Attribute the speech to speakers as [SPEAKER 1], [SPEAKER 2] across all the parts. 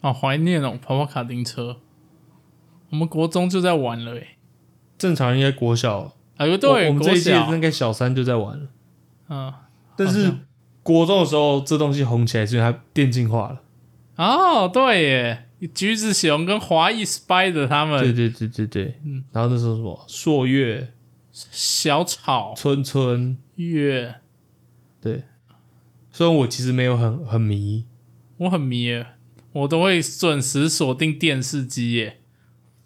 [SPEAKER 1] 好怀念哦，跑跑卡丁车。我们国中就在玩了诶、
[SPEAKER 2] 正常应该国小，
[SPEAKER 1] 哎呦
[SPEAKER 2] 我
[SPEAKER 1] 对，
[SPEAKER 2] 我们
[SPEAKER 1] 国
[SPEAKER 2] 这一届
[SPEAKER 1] 小
[SPEAKER 2] 应，该小三就在玩了。
[SPEAKER 1] 嗯
[SPEAKER 2] 但
[SPEAKER 1] 好
[SPEAKER 2] 是
[SPEAKER 1] 像
[SPEAKER 2] 国中的时候，这东西红起来是因为它电竞化了。
[SPEAKER 1] 哦，对耶，橘子熊跟华裔 Spider 他
[SPEAKER 2] 对
[SPEAKER 1] 们
[SPEAKER 2] 对对对对，
[SPEAKER 1] 嗯。
[SPEAKER 2] 然后那时候什么朔月、
[SPEAKER 1] 小草
[SPEAKER 2] 春春，
[SPEAKER 1] 月，
[SPEAKER 2] 对。虽然我其实没有很很迷，
[SPEAKER 1] 我很迷耶，我都会准时锁定电视机耶。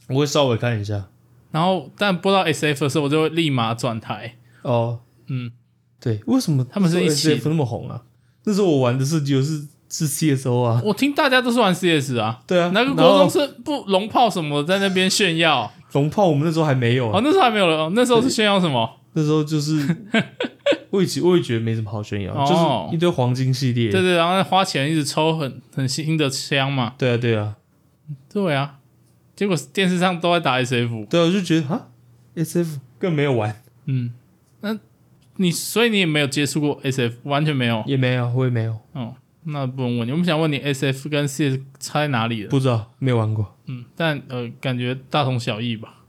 [SPEAKER 2] 我会稍微看一下。
[SPEAKER 1] 然后，但播到 SF 的时候，我就会立马转台。
[SPEAKER 2] 哦，
[SPEAKER 1] 嗯，
[SPEAKER 2] 对，为什么
[SPEAKER 1] 他们是一
[SPEAKER 2] 那时候
[SPEAKER 1] 起
[SPEAKER 2] SF 那么红啊？那时候我玩的是就是是 CSO 啊，
[SPEAKER 1] 我听大家都是玩 CS 啊，
[SPEAKER 2] 对啊，
[SPEAKER 1] 哪个
[SPEAKER 2] 然
[SPEAKER 1] 国
[SPEAKER 2] 后
[SPEAKER 1] 中是不龙炮什么的在那边炫耀？
[SPEAKER 2] 龙炮？我们那时候还没有啊
[SPEAKER 1] 哦，，那时候还没有人，那时候是炫耀什么？
[SPEAKER 2] 那时候就是 我也其我也觉得没什么好炫耀，
[SPEAKER 1] 哦
[SPEAKER 2] 就是一堆黄金系列。
[SPEAKER 1] 对对，然后花钱一直抽很很新的枪嘛，
[SPEAKER 2] 对啊，对啊，
[SPEAKER 1] 对啊。结果电视上都在打 SF，
[SPEAKER 2] 对啊，我就觉得啊，SF 更没有玩，
[SPEAKER 1] 嗯，那你所以你也没有接触过 SF，完全没有。
[SPEAKER 2] 也没有，我也没有，
[SPEAKER 1] 哦，那不能问你，我们想问你 S F 跟 C S 差在哪里了？
[SPEAKER 2] 不知道，没有玩过。
[SPEAKER 1] 嗯，但呃，感觉大同小异吧。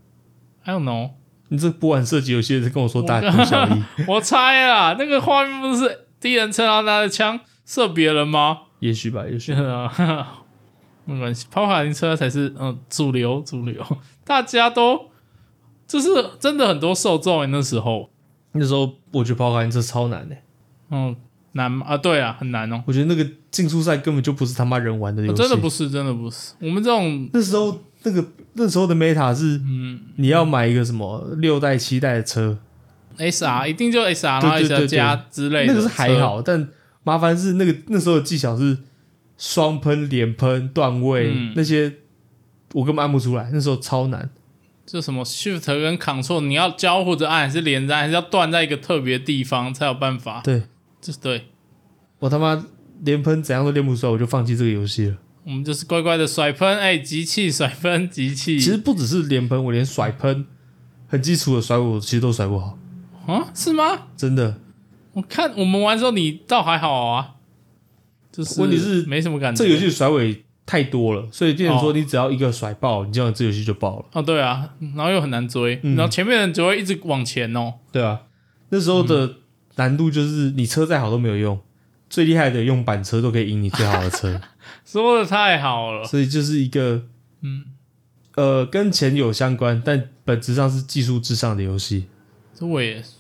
[SPEAKER 1] I don't know，
[SPEAKER 2] 你这不玩射击游戏的跟我说大同小异，
[SPEAKER 1] 我猜啊， 那个画面不是第一人称，然后拿着枪射别人吗？
[SPEAKER 2] 也许吧，也许。
[SPEAKER 1] 没关系，跑卡丁车才是嗯、主流主流，大家都就是真的很多受众欸那时候，
[SPEAKER 2] 那时候我觉得跑卡丁车超难的、
[SPEAKER 1] 嗯，难吗啊，对啊，很难哦、
[SPEAKER 2] 我觉得那个竞速赛根本就不是他妈人玩的游戏、
[SPEAKER 1] 真的不是，真的不是，我们这种
[SPEAKER 2] 那时候那个那时候的 Meta 是
[SPEAKER 1] 嗯
[SPEAKER 2] 你要买一个什么六代七代的车，
[SPEAKER 1] S R 一定就 S R 然后
[SPEAKER 2] 对对
[SPEAKER 1] S R
[SPEAKER 2] 对对
[SPEAKER 1] 加之类的，
[SPEAKER 2] 那个是还。好，但麻烦是那个那时候的技巧是双喷、连喷、段位、
[SPEAKER 1] 嗯
[SPEAKER 2] 那些，我根本按不出来，那时候超难。
[SPEAKER 1] 就什么 Shift 跟 Ctrl，你要交互着按，还是连着按，还是要断在一个特别地方才有办法？
[SPEAKER 2] 对
[SPEAKER 1] 就是对，
[SPEAKER 2] 我他妈连喷怎样都连不出来，我就放弃这个游戏了。
[SPEAKER 1] 我们就是乖乖的甩喷，哎、集气甩喷集气。
[SPEAKER 2] 其实不只是连喷，我连甩喷，很基础的甩我其实都甩不好，
[SPEAKER 1] 啊，是吗？
[SPEAKER 2] 真的。
[SPEAKER 1] 我看我们玩的时候，你倒还好啊，就是
[SPEAKER 2] 问题是
[SPEAKER 1] 没什么感觉。
[SPEAKER 2] 这游戏甩尾太多了，所以变成
[SPEAKER 1] 嗯
[SPEAKER 2] 说
[SPEAKER 1] 哦
[SPEAKER 2] 你只要一个甩爆，你这样这游戏就爆了。
[SPEAKER 1] 哦，对啊，然后又很难追，
[SPEAKER 2] 嗯
[SPEAKER 1] 然后前面的人只会一直往前哦。
[SPEAKER 2] 对啊，那时候
[SPEAKER 1] 嗯
[SPEAKER 2] 的难度就是你车再好都没有用，最厉害的用板车都可以赢你最好的车。
[SPEAKER 1] 说的太好了，
[SPEAKER 2] 所以就是一个
[SPEAKER 1] 嗯，
[SPEAKER 2] 呃跟钱有相关，但本质上是技术至上的游戏。
[SPEAKER 1] 这我也是，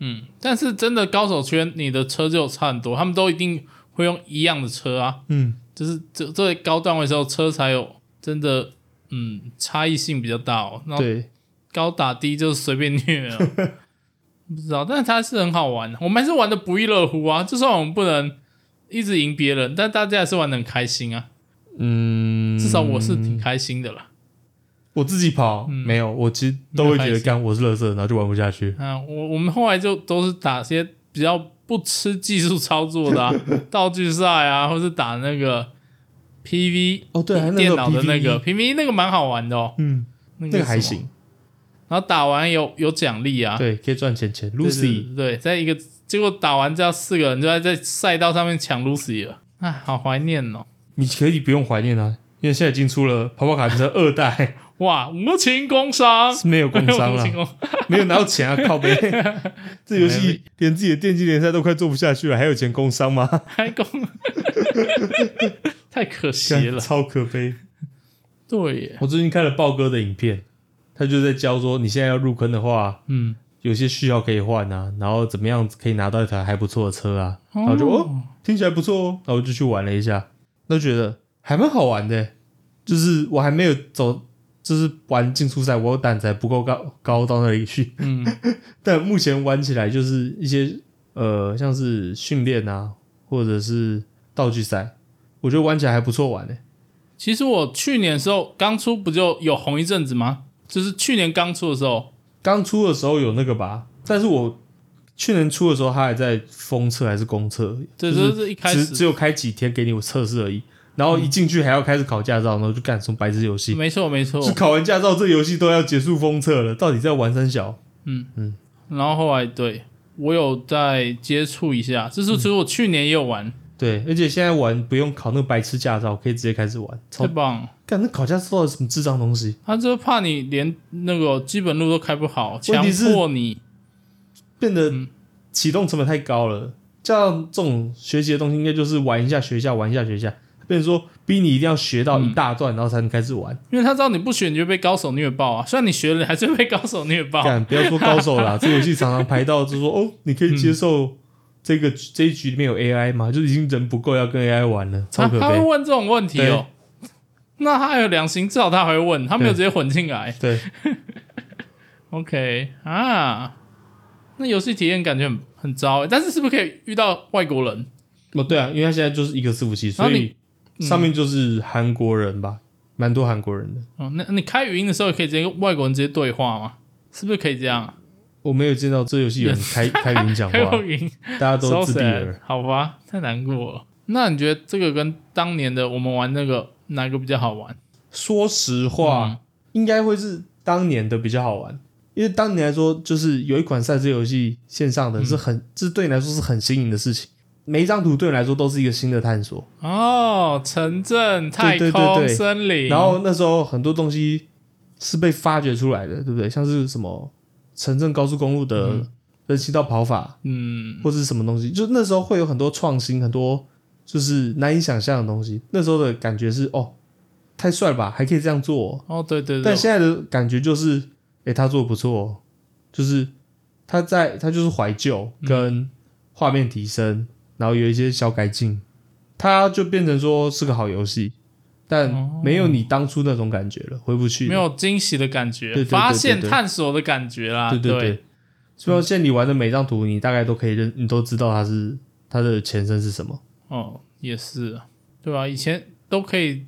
[SPEAKER 1] 嗯，但是真的高手圈，你的车就差很多，他们都一定会用一样的车啊。
[SPEAKER 2] 嗯，
[SPEAKER 1] 就是这这高段位的时候车才有真的嗯差异性比较大哦。然后
[SPEAKER 2] 对，
[SPEAKER 1] 高打低就是随便虐 啊，不知道，但是它是很好玩，我们还是玩的不亦乐乎啊。就算我们不能一直赢别人，但大家还是玩的很开心啊。
[SPEAKER 2] 嗯，
[SPEAKER 1] 至少我是挺开心的啦。
[SPEAKER 2] 我自己跑、
[SPEAKER 1] 嗯
[SPEAKER 2] 没有，我其实都
[SPEAKER 1] 没有
[SPEAKER 2] 会觉
[SPEAKER 1] 开
[SPEAKER 2] 得
[SPEAKER 1] 心
[SPEAKER 2] 干我是垃圾，然后就玩不下去。
[SPEAKER 1] 嗯，我我们后来就都是打些比较不吃技术操作 的、啊、道具赛啊，或是打那个 PV
[SPEAKER 2] 哦，对，还有那
[SPEAKER 1] 电
[SPEAKER 2] 时候
[SPEAKER 1] 脑的那个
[SPEAKER 2] PVE
[SPEAKER 1] PV 那个蛮好玩的哦，
[SPEAKER 2] 嗯，
[SPEAKER 1] 那
[SPEAKER 2] 那个还
[SPEAKER 1] 什么
[SPEAKER 2] 行，
[SPEAKER 1] 然后打完有有奖励啊，
[SPEAKER 2] 对，可以赚钱钱。
[SPEAKER 1] 对
[SPEAKER 2] Lucy，
[SPEAKER 1] 对对，在一个结果打完之后，四个人就在在赛道上面抢 Lucy 了，哎，好怀念哦！
[SPEAKER 2] 你可以不用怀念啊，因为现在已经出了跑跑卡丁车二代，
[SPEAKER 1] 哇，无情工伤，
[SPEAKER 2] 是没有工啊伤
[SPEAKER 1] 无
[SPEAKER 2] 了
[SPEAKER 1] 情，工
[SPEAKER 2] 没有拿到钱啊，靠背。这游戏连自己的电竞联赛都快做不下去了，还有钱工伤吗？
[SPEAKER 1] 还工， 太可惜了。
[SPEAKER 2] 超可悲。
[SPEAKER 1] 对耶，
[SPEAKER 2] 我最近看了豹哥的影片，他就在教说，你现在要入坑的话，
[SPEAKER 1] 嗯，
[SPEAKER 2] 有些需要可以换啊，然后怎么样可以拿到一台还不错的车啊，然后就哦，听起来不错哦，然后我就去玩了一下，都觉得还蛮好玩的，欸就是我还没有走，就是玩竞速赛，我胆子还不够高高到那里去，
[SPEAKER 1] 嗯，
[SPEAKER 2] 但目前玩起来就是一些呃，像是训练啊，或者是道具赛，我觉得玩起来还不错玩欸呢。
[SPEAKER 1] 其实我去年的时候刚出不就有红一阵子吗？就是去年刚出的时候，
[SPEAKER 2] 刚出的时候有那个吧，但是我去年出的时候，它还在封测还是公测，
[SPEAKER 1] 这
[SPEAKER 2] 就是
[SPEAKER 1] 就是一开
[SPEAKER 2] 只
[SPEAKER 1] 始，
[SPEAKER 2] 只有开几天给你我测试而已。然后一进去还要开始考驾照，然后就干什么白痴游戏，
[SPEAKER 1] 没错没错
[SPEAKER 2] 就，考完驾照这游戏都要结束封测了，到底在玩三小？嗯
[SPEAKER 1] 然后后来对我有再接触一下，这是其实我去年也有玩，
[SPEAKER 2] 对，而且现在玩不用考那个白痴驾照，可以直接开始玩。
[SPEAKER 1] 太
[SPEAKER 2] 超
[SPEAKER 1] 棒了！
[SPEAKER 2] 干那考驾照到底什么智障东西？
[SPEAKER 1] 他就是怕你连那个基本路都开不好，强
[SPEAKER 2] 题是
[SPEAKER 1] 迫你。
[SPEAKER 2] 变得
[SPEAKER 1] 嗯
[SPEAKER 2] 启动成本太高了。像这种学习的东西，应该就是玩一下学一下，玩一下学一下，变成说逼你一定要学到
[SPEAKER 1] 嗯
[SPEAKER 2] 一大段，然后才能开始玩。
[SPEAKER 1] 因为他知道你不学，你就被高手虐爆啊！虽然你学了，你还是会被高手虐爆。
[SPEAKER 2] 干，不要说高手 啦，这游戏常常排到就说哦，你可以接受这个、这一局里面有 AI 吗？就已经人不够要跟 AI 玩了，超
[SPEAKER 1] 他
[SPEAKER 2] 可
[SPEAKER 1] 他会
[SPEAKER 2] 悲。
[SPEAKER 1] 问这种问题哦。那他还有良心，至少他还会问，他没有直
[SPEAKER 2] 对
[SPEAKER 1] 接混进来。
[SPEAKER 2] 对，
[SPEAKER 1] OK 啊，那游戏体验感觉很很糟欸，但是是不是可以遇到外国人？
[SPEAKER 2] 哦对啊，因为他现在就是一个伺服器，所
[SPEAKER 1] 然后
[SPEAKER 2] 以嗯
[SPEAKER 1] 你
[SPEAKER 2] 上面就是韩国人吧，蛮多韩国人的。
[SPEAKER 1] 哦，那你开语音的时候可以直接跟外国人直接对话吗？是不是可以这样啊？
[SPEAKER 2] 我没有见到这游戏有 人开开语音讲
[SPEAKER 1] 开
[SPEAKER 2] 话，
[SPEAKER 1] 语音
[SPEAKER 2] 大家都自闭
[SPEAKER 1] So
[SPEAKER 2] 了
[SPEAKER 1] sad，。好吧，太难过了。那你觉得这个跟当年的我们玩那个哪个比较好玩？
[SPEAKER 2] 说实话，
[SPEAKER 1] 嗯
[SPEAKER 2] 应该会是当年的比较好玩，因为当年来说，就是有一款赛车游戏线上的
[SPEAKER 1] 嗯
[SPEAKER 2] 是很，这、对你来说是很新颖的事情。每一张图对你来说都是一个新的探索，
[SPEAKER 1] 哦，城镇、太
[SPEAKER 2] 对对对
[SPEAKER 1] 空、
[SPEAKER 2] 对
[SPEAKER 1] 森林，
[SPEAKER 2] 然后那时候很多东西是被发掘出来的，对不对？像是什么城镇高速公路的
[SPEAKER 1] 嗯
[SPEAKER 2] 人行道跑法，
[SPEAKER 1] 嗯，
[SPEAKER 2] 或是什么东西，就那时候会有很多创新，很多就是难以想象的东西。那时候的感觉是，哦，太帅了吧，还可以这样做哦、
[SPEAKER 1] 哦，对对对
[SPEAKER 2] 但，现在的感觉就是，诶、他做的不错、哦，就是他在他就是怀旧
[SPEAKER 1] 嗯
[SPEAKER 2] 跟画面提升，然后有一些小改进，他就变成说是个好游戏，但
[SPEAKER 1] 哦
[SPEAKER 2] 没有你当初那种感觉了，回不去了。
[SPEAKER 1] 没有惊喜的感觉，
[SPEAKER 2] 对对对
[SPEAKER 1] 发现
[SPEAKER 2] 对对
[SPEAKER 1] 探索的感觉啦，
[SPEAKER 2] 对
[SPEAKER 1] 啊对
[SPEAKER 2] 对，所以说现在你玩的每张图，你大概都可以认，你都知道它是它的前身是什么。
[SPEAKER 1] 哦，也是，对吧、以前都可以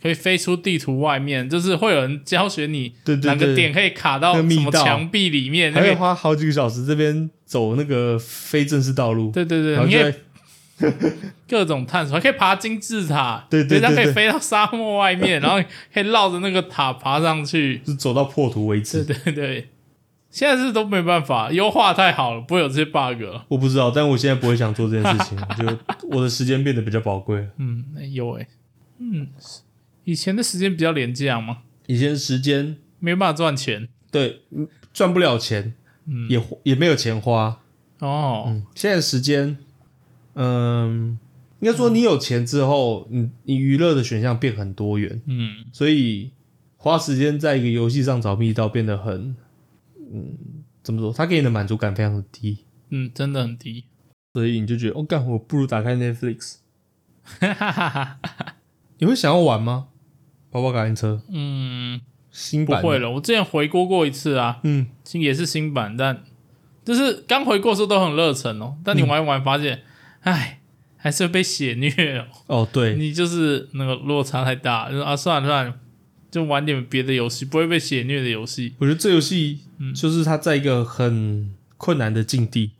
[SPEAKER 1] 可以飞出地图外面，就是会有人教学你
[SPEAKER 2] 对
[SPEAKER 1] 哪
[SPEAKER 2] 对
[SPEAKER 1] 个
[SPEAKER 2] 对，
[SPEAKER 1] 点可以卡到
[SPEAKER 2] 那
[SPEAKER 1] 什
[SPEAKER 2] 个密
[SPEAKER 1] 么
[SPEAKER 2] 道
[SPEAKER 1] 墙壁里面，
[SPEAKER 2] 还
[SPEAKER 1] 那
[SPEAKER 2] 会
[SPEAKER 1] 个
[SPEAKER 2] 花好几个小时这边走那个非正式道路，
[SPEAKER 1] 对对
[SPEAKER 2] 然后
[SPEAKER 1] 对，你
[SPEAKER 2] 就
[SPEAKER 1] 也
[SPEAKER 2] 在
[SPEAKER 1] 各种探索，还可以爬金字塔，
[SPEAKER 2] 对对对
[SPEAKER 1] 它可以
[SPEAKER 2] 对
[SPEAKER 1] 飞到沙漠外 面，然后可以绕着那个塔爬上去。
[SPEAKER 2] 就走到破图为止
[SPEAKER 1] 对。对对，现在是都没办法，优化太好了，不会有这些 bug 了。
[SPEAKER 2] 我不知道，但我现在不会想做这件事 情，就我的时间变得比较宝贵。
[SPEAKER 1] 嗯，哎有哎、嗯，以前的时间比较廉价嘛，
[SPEAKER 2] 以前时间
[SPEAKER 1] 没办法赚钱
[SPEAKER 2] 对嗯赚不了钱，
[SPEAKER 1] 嗯
[SPEAKER 2] 也也没有钱花。
[SPEAKER 1] 哦。
[SPEAKER 2] 嗯，现在时间，嗯，应该说你有钱之后，你你娱乐的选项变很多元，
[SPEAKER 1] 嗯，
[SPEAKER 2] 所以花时间在一个游戏上找密道变得很，嗯，怎么说？它给你的满足感非常的低，
[SPEAKER 1] 嗯，真的很低。
[SPEAKER 2] 所以你就觉得，哦，干，我不如打开 Netflix。
[SPEAKER 1] 哈哈哈哈，
[SPEAKER 2] 你会想要玩吗？跑跑卡丁车
[SPEAKER 1] 嗯，
[SPEAKER 2] 新
[SPEAKER 1] 不
[SPEAKER 2] 版的
[SPEAKER 1] 会，了。我之前回锅过一次啊，
[SPEAKER 2] 嗯，
[SPEAKER 1] 也是新版，但就是刚回锅的时候都很热忱哦，但你玩一玩发现，哎、还是会被血虐哦。
[SPEAKER 2] 哦，嗯 对，
[SPEAKER 1] 你就是那个落差太大，就是啊，算了算了，就玩点别的游戏，不会被血虐的游戏。
[SPEAKER 2] 我觉得这游戏
[SPEAKER 1] 嗯
[SPEAKER 2] 就是它在一个很困难的境地，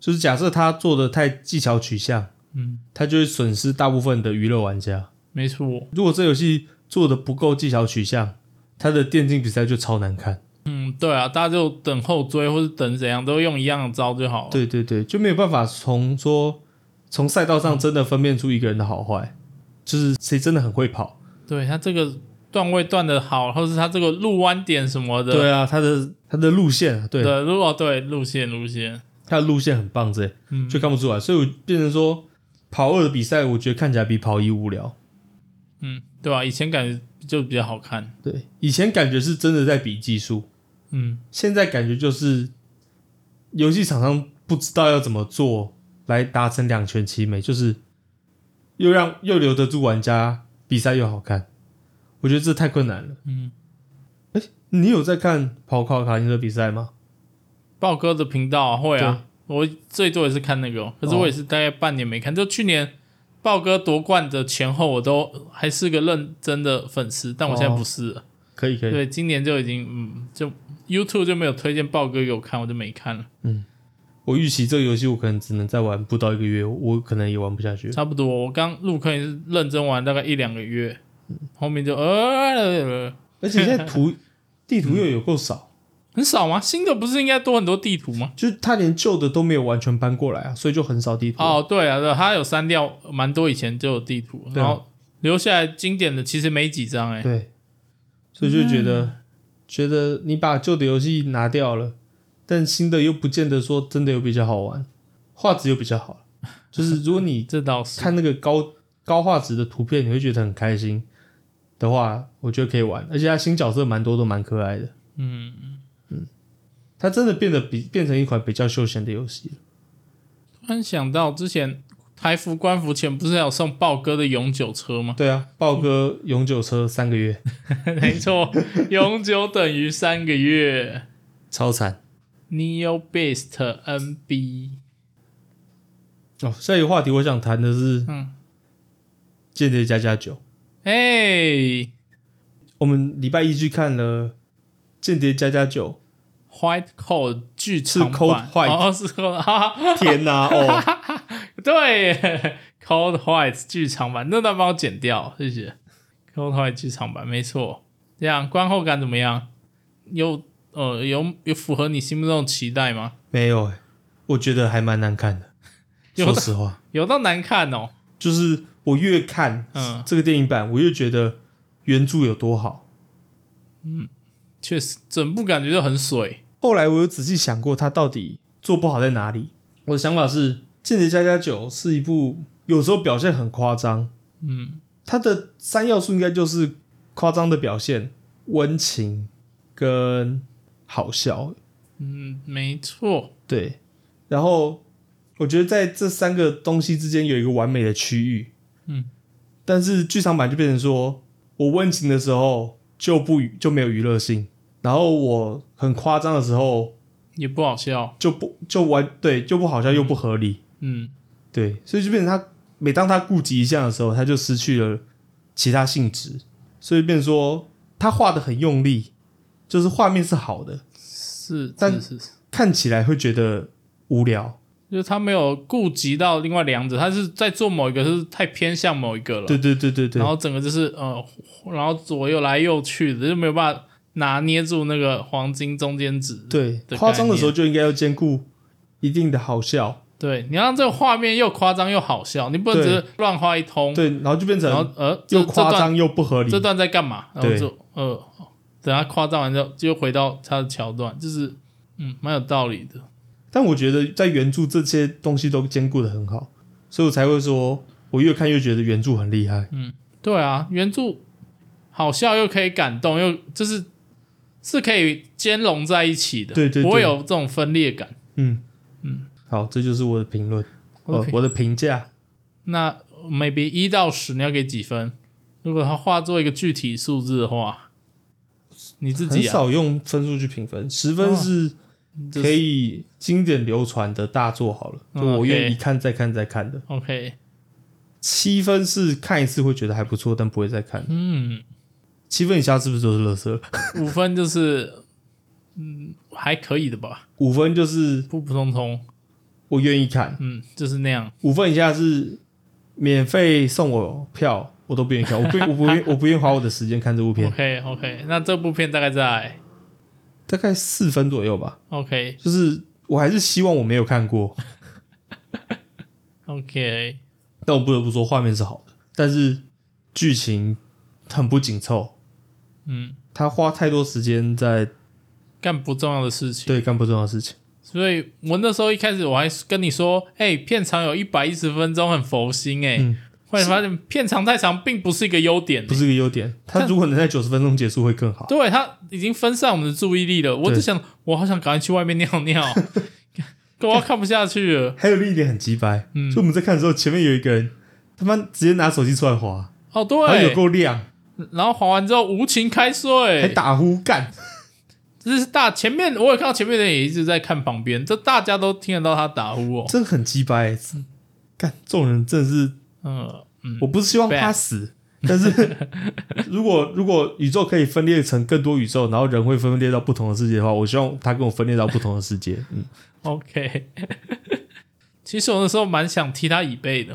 [SPEAKER 2] 就是假设它做的太技巧取向，
[SPEAKER 1] 嗯，
[SPEAKER 2] 它就会损失大部分的娱乐玩家。
[SPEAKER 1] 没错，
[SPEAKER 2] 如果这游戏做的不够技巧取向，它的电竞比赛就超难看。
[SPEAKER 1] 嗯，对啊，大家就等后追或是等怎样，都用一样的招就好了。
[SPEAKER 2] 对对对，就没有办法从说从赛道上真的分辨出一个人的好坏，就是谁真的很会跑。
[SPEAKER 1] 对他这个段位段的好，或是他这个路弯点什么的，
[SPEAKER 2] 对啊，他的他的路线，啊对，
[SPEAKER 1] 对，如果对路线路线，
[SPEAKER 2] 他的路线很棒，这
[SPEAKER 1] 嗯，
[SPEAKER 2] 就看不出来。所以我变成说，跑二的比赛，我觉得看起来比跑一无聊。
[SPEAKER 1] 嗯，对吧、以前感觉就比较好看，
[SPEAKER 2] 对，以前感觉是真的在比技术，
[SPEAKER 1] 嗯，
[SPEAKER 2] 现在感觉就是游戏厂商不知道要怎么做来达成两全其美，就是又让又留得住玩家，比赛又好看。我觉得这太困难了。
[SPEAKER 1] 嗯，
[SPEAKER 2] 哎、你有在看跑考卡丁车比赛吗？
[SPEAKER 1] 豹哥的频道、啊、会啊，我最多也是看那个哦，可是
[SPEAKER 2] 哦
[SPEAKER 1] 我也是大概半年没看，就去年豹哥夺冠的前后，我都还是个认真的粉丝，但我现在不是
[SPEAKER 2] 哦
[SPEAKER 1] 了，
[SPEAKER 2] 可以，可以。
[SPEAKER 1] 对，今年就已经嗯，就 YouTube 就没有推荐豹哥给我看，我就没看了，
[SPEAKER 2] 我预期这个游戏我可能只能再玩不到一个月，我可能也玩不下去。
[SPEAKER 1] 差不多，我刚入坑也是认真玩大概一两个月，
[SPEAKER 2] 嗯
[SPEAKER 1] 后面就呃。呃呃呃
[SPEAKER 2] 而且现在图地图又有够少，
[SPEAKER 1] 很少吗？新的不是应该多很多地图吗？
[SPEAKER 2] 就是他连旧的都没有完全搬过来啊，所以就很少地图。
[SPEAKER 1] 哦，对啊，对，它有删掉蛮多以前就有地图，
[SPEAKER 2] 对
[SPEAKER 1] 然
[SPEAKER 2] 啊
[SPEAKER 1] 后留下来经典的其实没几张哎、
[SPEAKER 2] 对，所以就觉
[SPEAKER 1] 嗯
[SPEAKER 2] 得、觉得你把旧的游戏拿掉了，但新的又不见得说真的有比较好玩，画质又比较好。就是如果你
[SPEAKER 1] 这倒是。
[SPEAKER 2] 看那个高 高画质的图片，你会觉得很开心的话，我觉得可以玩。而且它新角色蛮多都蛮可爱的，
[SPEAKER 1] 嗯，
[SPEAKER 2] 它真的变得比变成一款比较休闲的游戏了。
[SPEAKER 1] 突然想到之前台服官服前不是还有送豹哥的永久车 吗？
[SPEAKER 2] 对啊，豹哥永久车三个月，
[SPEAKER 1] 没错，永久等于三个月。
[SPEAKER 2] 超惨
[SPEAKER 1] Neo Based NB，
[SPEAKER 2] 哦。下一个话题我想谈的是
[SPEAKER 1] 嗯，
[SPEAKER 2] 《间谍加加九》。
[SPEAKER 1] 哎、
[SPEAKER 2] 我们礼拜一去看了《间谍加加九
[SPEAKER 1] White Coat 剧场
[SPEAKER 2] 是 Cold
[SPEAKER 1] 版
[SPEAKER 2] White
[SPEAKER 1] 哦，是 Cold，哈哈》，
[SPEAKER 2] 天哪、 哦，
[SPEAKER 1] 对 Cold White 剧场版，那段帮我剪掉，谢谢。Cold White 剧场版，没错。这样观后感怎么样？有呃有有符合你心目中的期待吗？
[SPEAKER 2] 没有、欸，我觉得还蛮难看的。
[SPEAKER 1] 有
[SPEAKER 2] 说
[SPEAKER 1] 的
[SPEAKER 2] 实话，
[SPEAKER 1] 有到难看哦，
[SPEAKER 2] 就是我越看
[SPEAKER 1] 嗯
[SPEAKER 2] 这个电影版，我越觉得原著有多好。
[SPEAKER 1] 确实整部感觉就很水。
[SPEAKER 2] 后来我有仔细想过，它到底做不好在哪里。我的想法是，《间谍加加九》是一部有时候表现很夸张，
[SPEAKER 1] 嗯，
[SPEAKER 2] 它的三要素应该就是夸张的表现、温情跟好笑。
[SPEAKER 1] 嗯，没错，
[SPEAKER 2] 对，然后我觉得在这三个东西之间有一个完美的区域。
[SPEAKER 1] 嗯，
[SPEAKER 2] 但是剧场版就变成说我温情的时候就不娱就没有娱乐性，然后我很夸张的时候
[SPEAKER 1] 也不好笑。
[SPEAKER 2] 就不就完对就不好笑又不合理。
[SPEAKER 1] 嗯，
[SPEAKER 2] 对，所以就变成他每当他顾及一项的时候，他就失去了其他性质，所以变成说他画的很用力，就是画面是好的，
[SPEAKER 1] 是，
[SPEAKER 2] 但
[SPEAKER 1] 是是是，
[SPEAKER 2] 看起来会觉得无聊。
[SPEAKER 1] 就是他没有顾及到另外两者，他是在做某一个，是太偏向某一个了。
[SPEAKER 2] 对对对对对
[SPEAKER 1] 然，后整个就是呃，然后左右来右去的，就没有办法拿捏住那个黄金中间值。
[SPEAKER 2] 对
[SPEAKER 1] 的，
[SPEAKER 2] 夸张
[SPEAKER 1] 概
[SPEAKER 2] 的
[SPEAKER 1] 念
[SPEAKER 2] 时候就应该要兼顾一定的好笑，
[SPEAKER 1] 对，你让这个画面又夸张又好笑，你不能只
[SPEAKER 2] 对
[SPEAKER 1] 是乱画一通，
[SPEAKER 2] 对，然后就变
[SPEAKER 1] 嗯然
[SPEAKER 2] 成
[SPEAKER 1] 后呃，这
[SPEAKER 2] 又
[SPEAKER 1] 这
[SPEAKER 2] 夸
[SPEAKER 1] 段
[SPEAKER 2] 张又不合理
[SPEAKER 1] 这，段在干嘛？然后
[SPEAKER 2] 对
[SPEAKER 1] 就呃，等他夸张完之后，就回到他的桥段，就是嗯，蛮有道理的。
[SPEAKER 2] 但我觉得在原著这些东西都兼顾的很好，所以我才会说，我越看越觉得原著很厉害。
[SPEAKER 1] 对啊，原著好笑又可以感动，又就是是可以兼容在一起的，
[SPEAKER 2] 对对
[SPEAKER 1] 不会
[SPEAKER 2] 对
[SPEAKER 1] 有这种分裂感。
[SPEAKER 2] 嗯嗯，好，这就是我的评论，我
[SPEAKER 1] OK
[SPEAKER 2] 我的评价，
[SPEAKER 1] 那 maybe 一到十你要给几分？如果它化作一个具体数字的话，你自
[SPEAKER 2] 很
[SPEAKER 1] 己啊，
[SPEAKER 2] 少用分数去评分，十分
[SPEAKER 1] 哦
[SPEAKER 2] 是
[SPEAKER 1] 就是
[SPEAKER 2] 可以经典流传的大作好了，就
[SPEAKER 1] 嗯
[SPEAKER 2] 我
[SPEAKER 1] OK
[SPEAKER 2] 愿意一看再看再看的。
[SPEAKER 1] OK，
[SPEAKER 2] 七分是看一次会觉得还不错，但不会再看。
[SPEAKER 1] 嗯，
[SPEAKER 2] 七分以下是不是都是垃圾了？
[SPEAKER 1] 五分就是嗯还可以的吧，
[SPEAKER 2] 五分就是
[SPEAKER 1] 普普通通，
[SPEAKER 2] 我愿意看，
[SPEAKER 1] 嗯，就是那样。
[SPEAKER 2] 五分以下是免费送我票，我都不愿意看，我不我不愿我不愿意花我的时间看这部片，
[SPEAKER 1] OK OK，那这部片大概在
[SPEAKER 2] 大概四分左右吧，
[SPEAKER 1] OK
[SPEAKER 2] 就是我还是希望我没有看过，
[SPEAKER 1] OK，
[SPEAKER 2] 但我不得不说画面是好的，但是剧情很不紧凑，
[SPEAKER 1] 嗯，
[SPEAKER 2] 他花太多时间在
[SPEAKER 1] 干不重要的事情。
[SPEAKER 2] 对干不重要的事情，
[SPEAKER 1] 所以我那时候一开始我还跟你说，哎、片长有一百一十分钟，很佛心哎、
[SPEAKER 2] 嗯
[SPEAKER 1] 后来发现片长太长并不是一个优点、
[SPEAKER 2] 不是一个优点，他如果能在九十分钟结束会更好，
[SPEAKER 1] 对他已经分散我们的注意力了。我只
[SPEAKER 2] 对
[SPEAKER 1] 想，我好想赶快去外面尿 尿，我要看不下去了。
[SPEAKER 2] 还有另一点很鸡掰，
[SPEAKER 1] 嗯
[SPEAKER 2] 就我们在看的时候，前面有一个人他妈直接拿手机出来滑，
[SPEAKER 1] 哦，
[SPEAKER 2] 然后有
[SPEAKER 1] 对，
[SPEAKER 2] 够亮，
[SPEAKER 1] 然后滑完之后无情开
[SPEAKER 2] 还
[SPEAKER 1] 睡，
[SPEAKER 2] 打呼干。
[SPEAKER 1] 这是大前面我有看到前面的人也一直在看旁边，这大家都听得到他打呼哦。
[SPEAKER 2] 真的很鸡掰、欸，干这种人真的是，
[SPEAKER 1] 嗯嗯
[SPEAKER 2] 我，不是希望他
[SPEAKER 1] Bad
[SPEAKER 2] 死，
[SPEAKER 1] 嗯
[SPEAKER 2] 但是如果如果宇宙可以分裂成更多宇宙，然后人会分裂到不同的世界的话，我希望他跟我分裂到不同的 世界。嗯，
[SPEAKER 1] OK，其实我那时候蛮想踢他椅背的，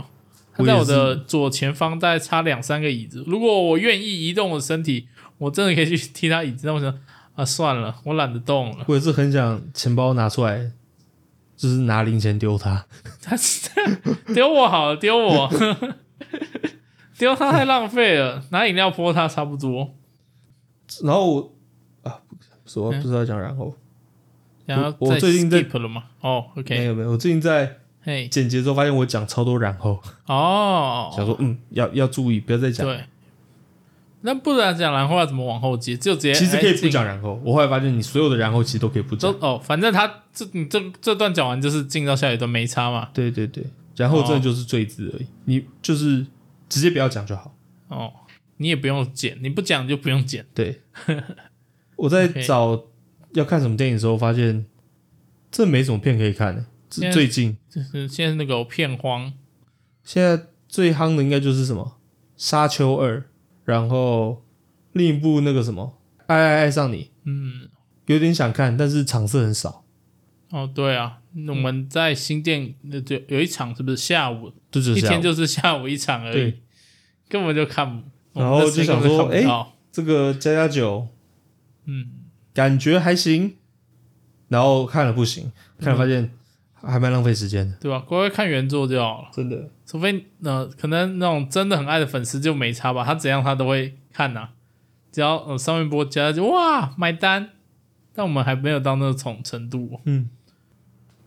[SPEAKER 1] 他
[SPEAKER 2] 我
[SPEAKER 1] 在
[SPEAKER 2] 也
[SPEAKER 1] 我的左前方大概差两三个椅子。如果我愿意移动我的身体，我真的可以去踢他椅子。但我想啊，算了，我懒得动了。
[SPEAKER 2] 我也是很想钱包拿出来，就是拿零钱丢他。
[SPEAKER 1] 他丢我好了，丢我， 丢他太浪费了，拿饮料泼他差不多。
[SPEAKER 2] 然后我啊，不是我
[SPEAKER 1] 嗯
[SPEAKER 2] 不知道讲，然后
[SPEAKER 1] 然后
[SPEAKER 2] 我我
[SPEAKER 1] 再
[SPEAKER 2] 最近在
[SPEAKER 1] skip 了嘛？哦
[SPEAKER 2] 没
[SPEAKER 1] ，OK，
[SPEAKER 2] 有没有，我最近在
[SPEAKER 1] 嘿，
[SPEAKER 2] 剪辑的时候发现我讲超多然后，想
[SPEAKER 1] 哦，
[SPEAKER 2] 说嗯，要要注意，不要再讲。
[SPEAKER 1] 对。那不然讲兰花怎么往后接？就直接
[SPEAKER 2] 其实可以不
[SPEAKER 1] 哎
[SPEAKER 2] 讲然后，我后来发现你所有的然后其实都可以不
[SPEAKER 1] 都
[SPEAKER 2] 讲。
[SPEAKER 1] 哦，反正他这你这这段讲完就是进到下一段没差嘛。
[SPEAKER 2] 对对对，然后真
[SPEAKER 1] 哦
[SPEAKER 2] 的就是罪字而已，你就是直接不要讲就好。
[SPEAKER 1] 哦，你也不用剪，你不讲就不用剪。
[SPEAKER 2] 对，我在
[SPEAKER 1] OK
[SPEAKER 2] 找要看什么电影的时候，发现这没什么片可以看、欸。
[SPEAKER 1] 现
[SPEAKER 2] 最
[SPEAKER 1] 在
[SPEAKER 2] 最近
[SPEAKER 1] 就是现在那个片荒，
[SPEAKER 2] 现在最夯的应该就是什么《沙丘二》，然后另一部那个什么《爱爱爱上你》，
[SPEAKER 1] 嗯，
[SPEAKER 2] 有点想看，但是场次很少，
[SPEAKER 1] 哦，对啊，我们在新店那就有一场，是不是下午
[SPEAKER 2] 就只
[SPEAKER 1] 一
[SPEAKER 2] 是这样
[SPEAKER 1] 天就是下午一场而已
[SPEAKER 2] 对，
[SPEAKER 1] 根本就看不，
[SPEAKER 2] 然后
[SPEAKER 1] 我们那时间
[SPEAKER 2] 就想说
[SPEAKER 1] 根本看不到
[SPEAKER 2] 这个加加酒
[SPEAKER 1] 嗯，
[SPEAKER 2] 感觉还行，然后看了不行，看了发现还蛮浪费时间的，
[SPEAKER 1] 对吧？乖乖看原作就好了，
[SPEAKER 2] 真的。
[SPEAKER 1] 除非呃，可能那种真的很爱的粉丝就没差吧，他怎样他都会看呐、啊只要呃上面播加就哇买单，但我们还没有到那种程度哦、
[SPEAKER 2] 嗯，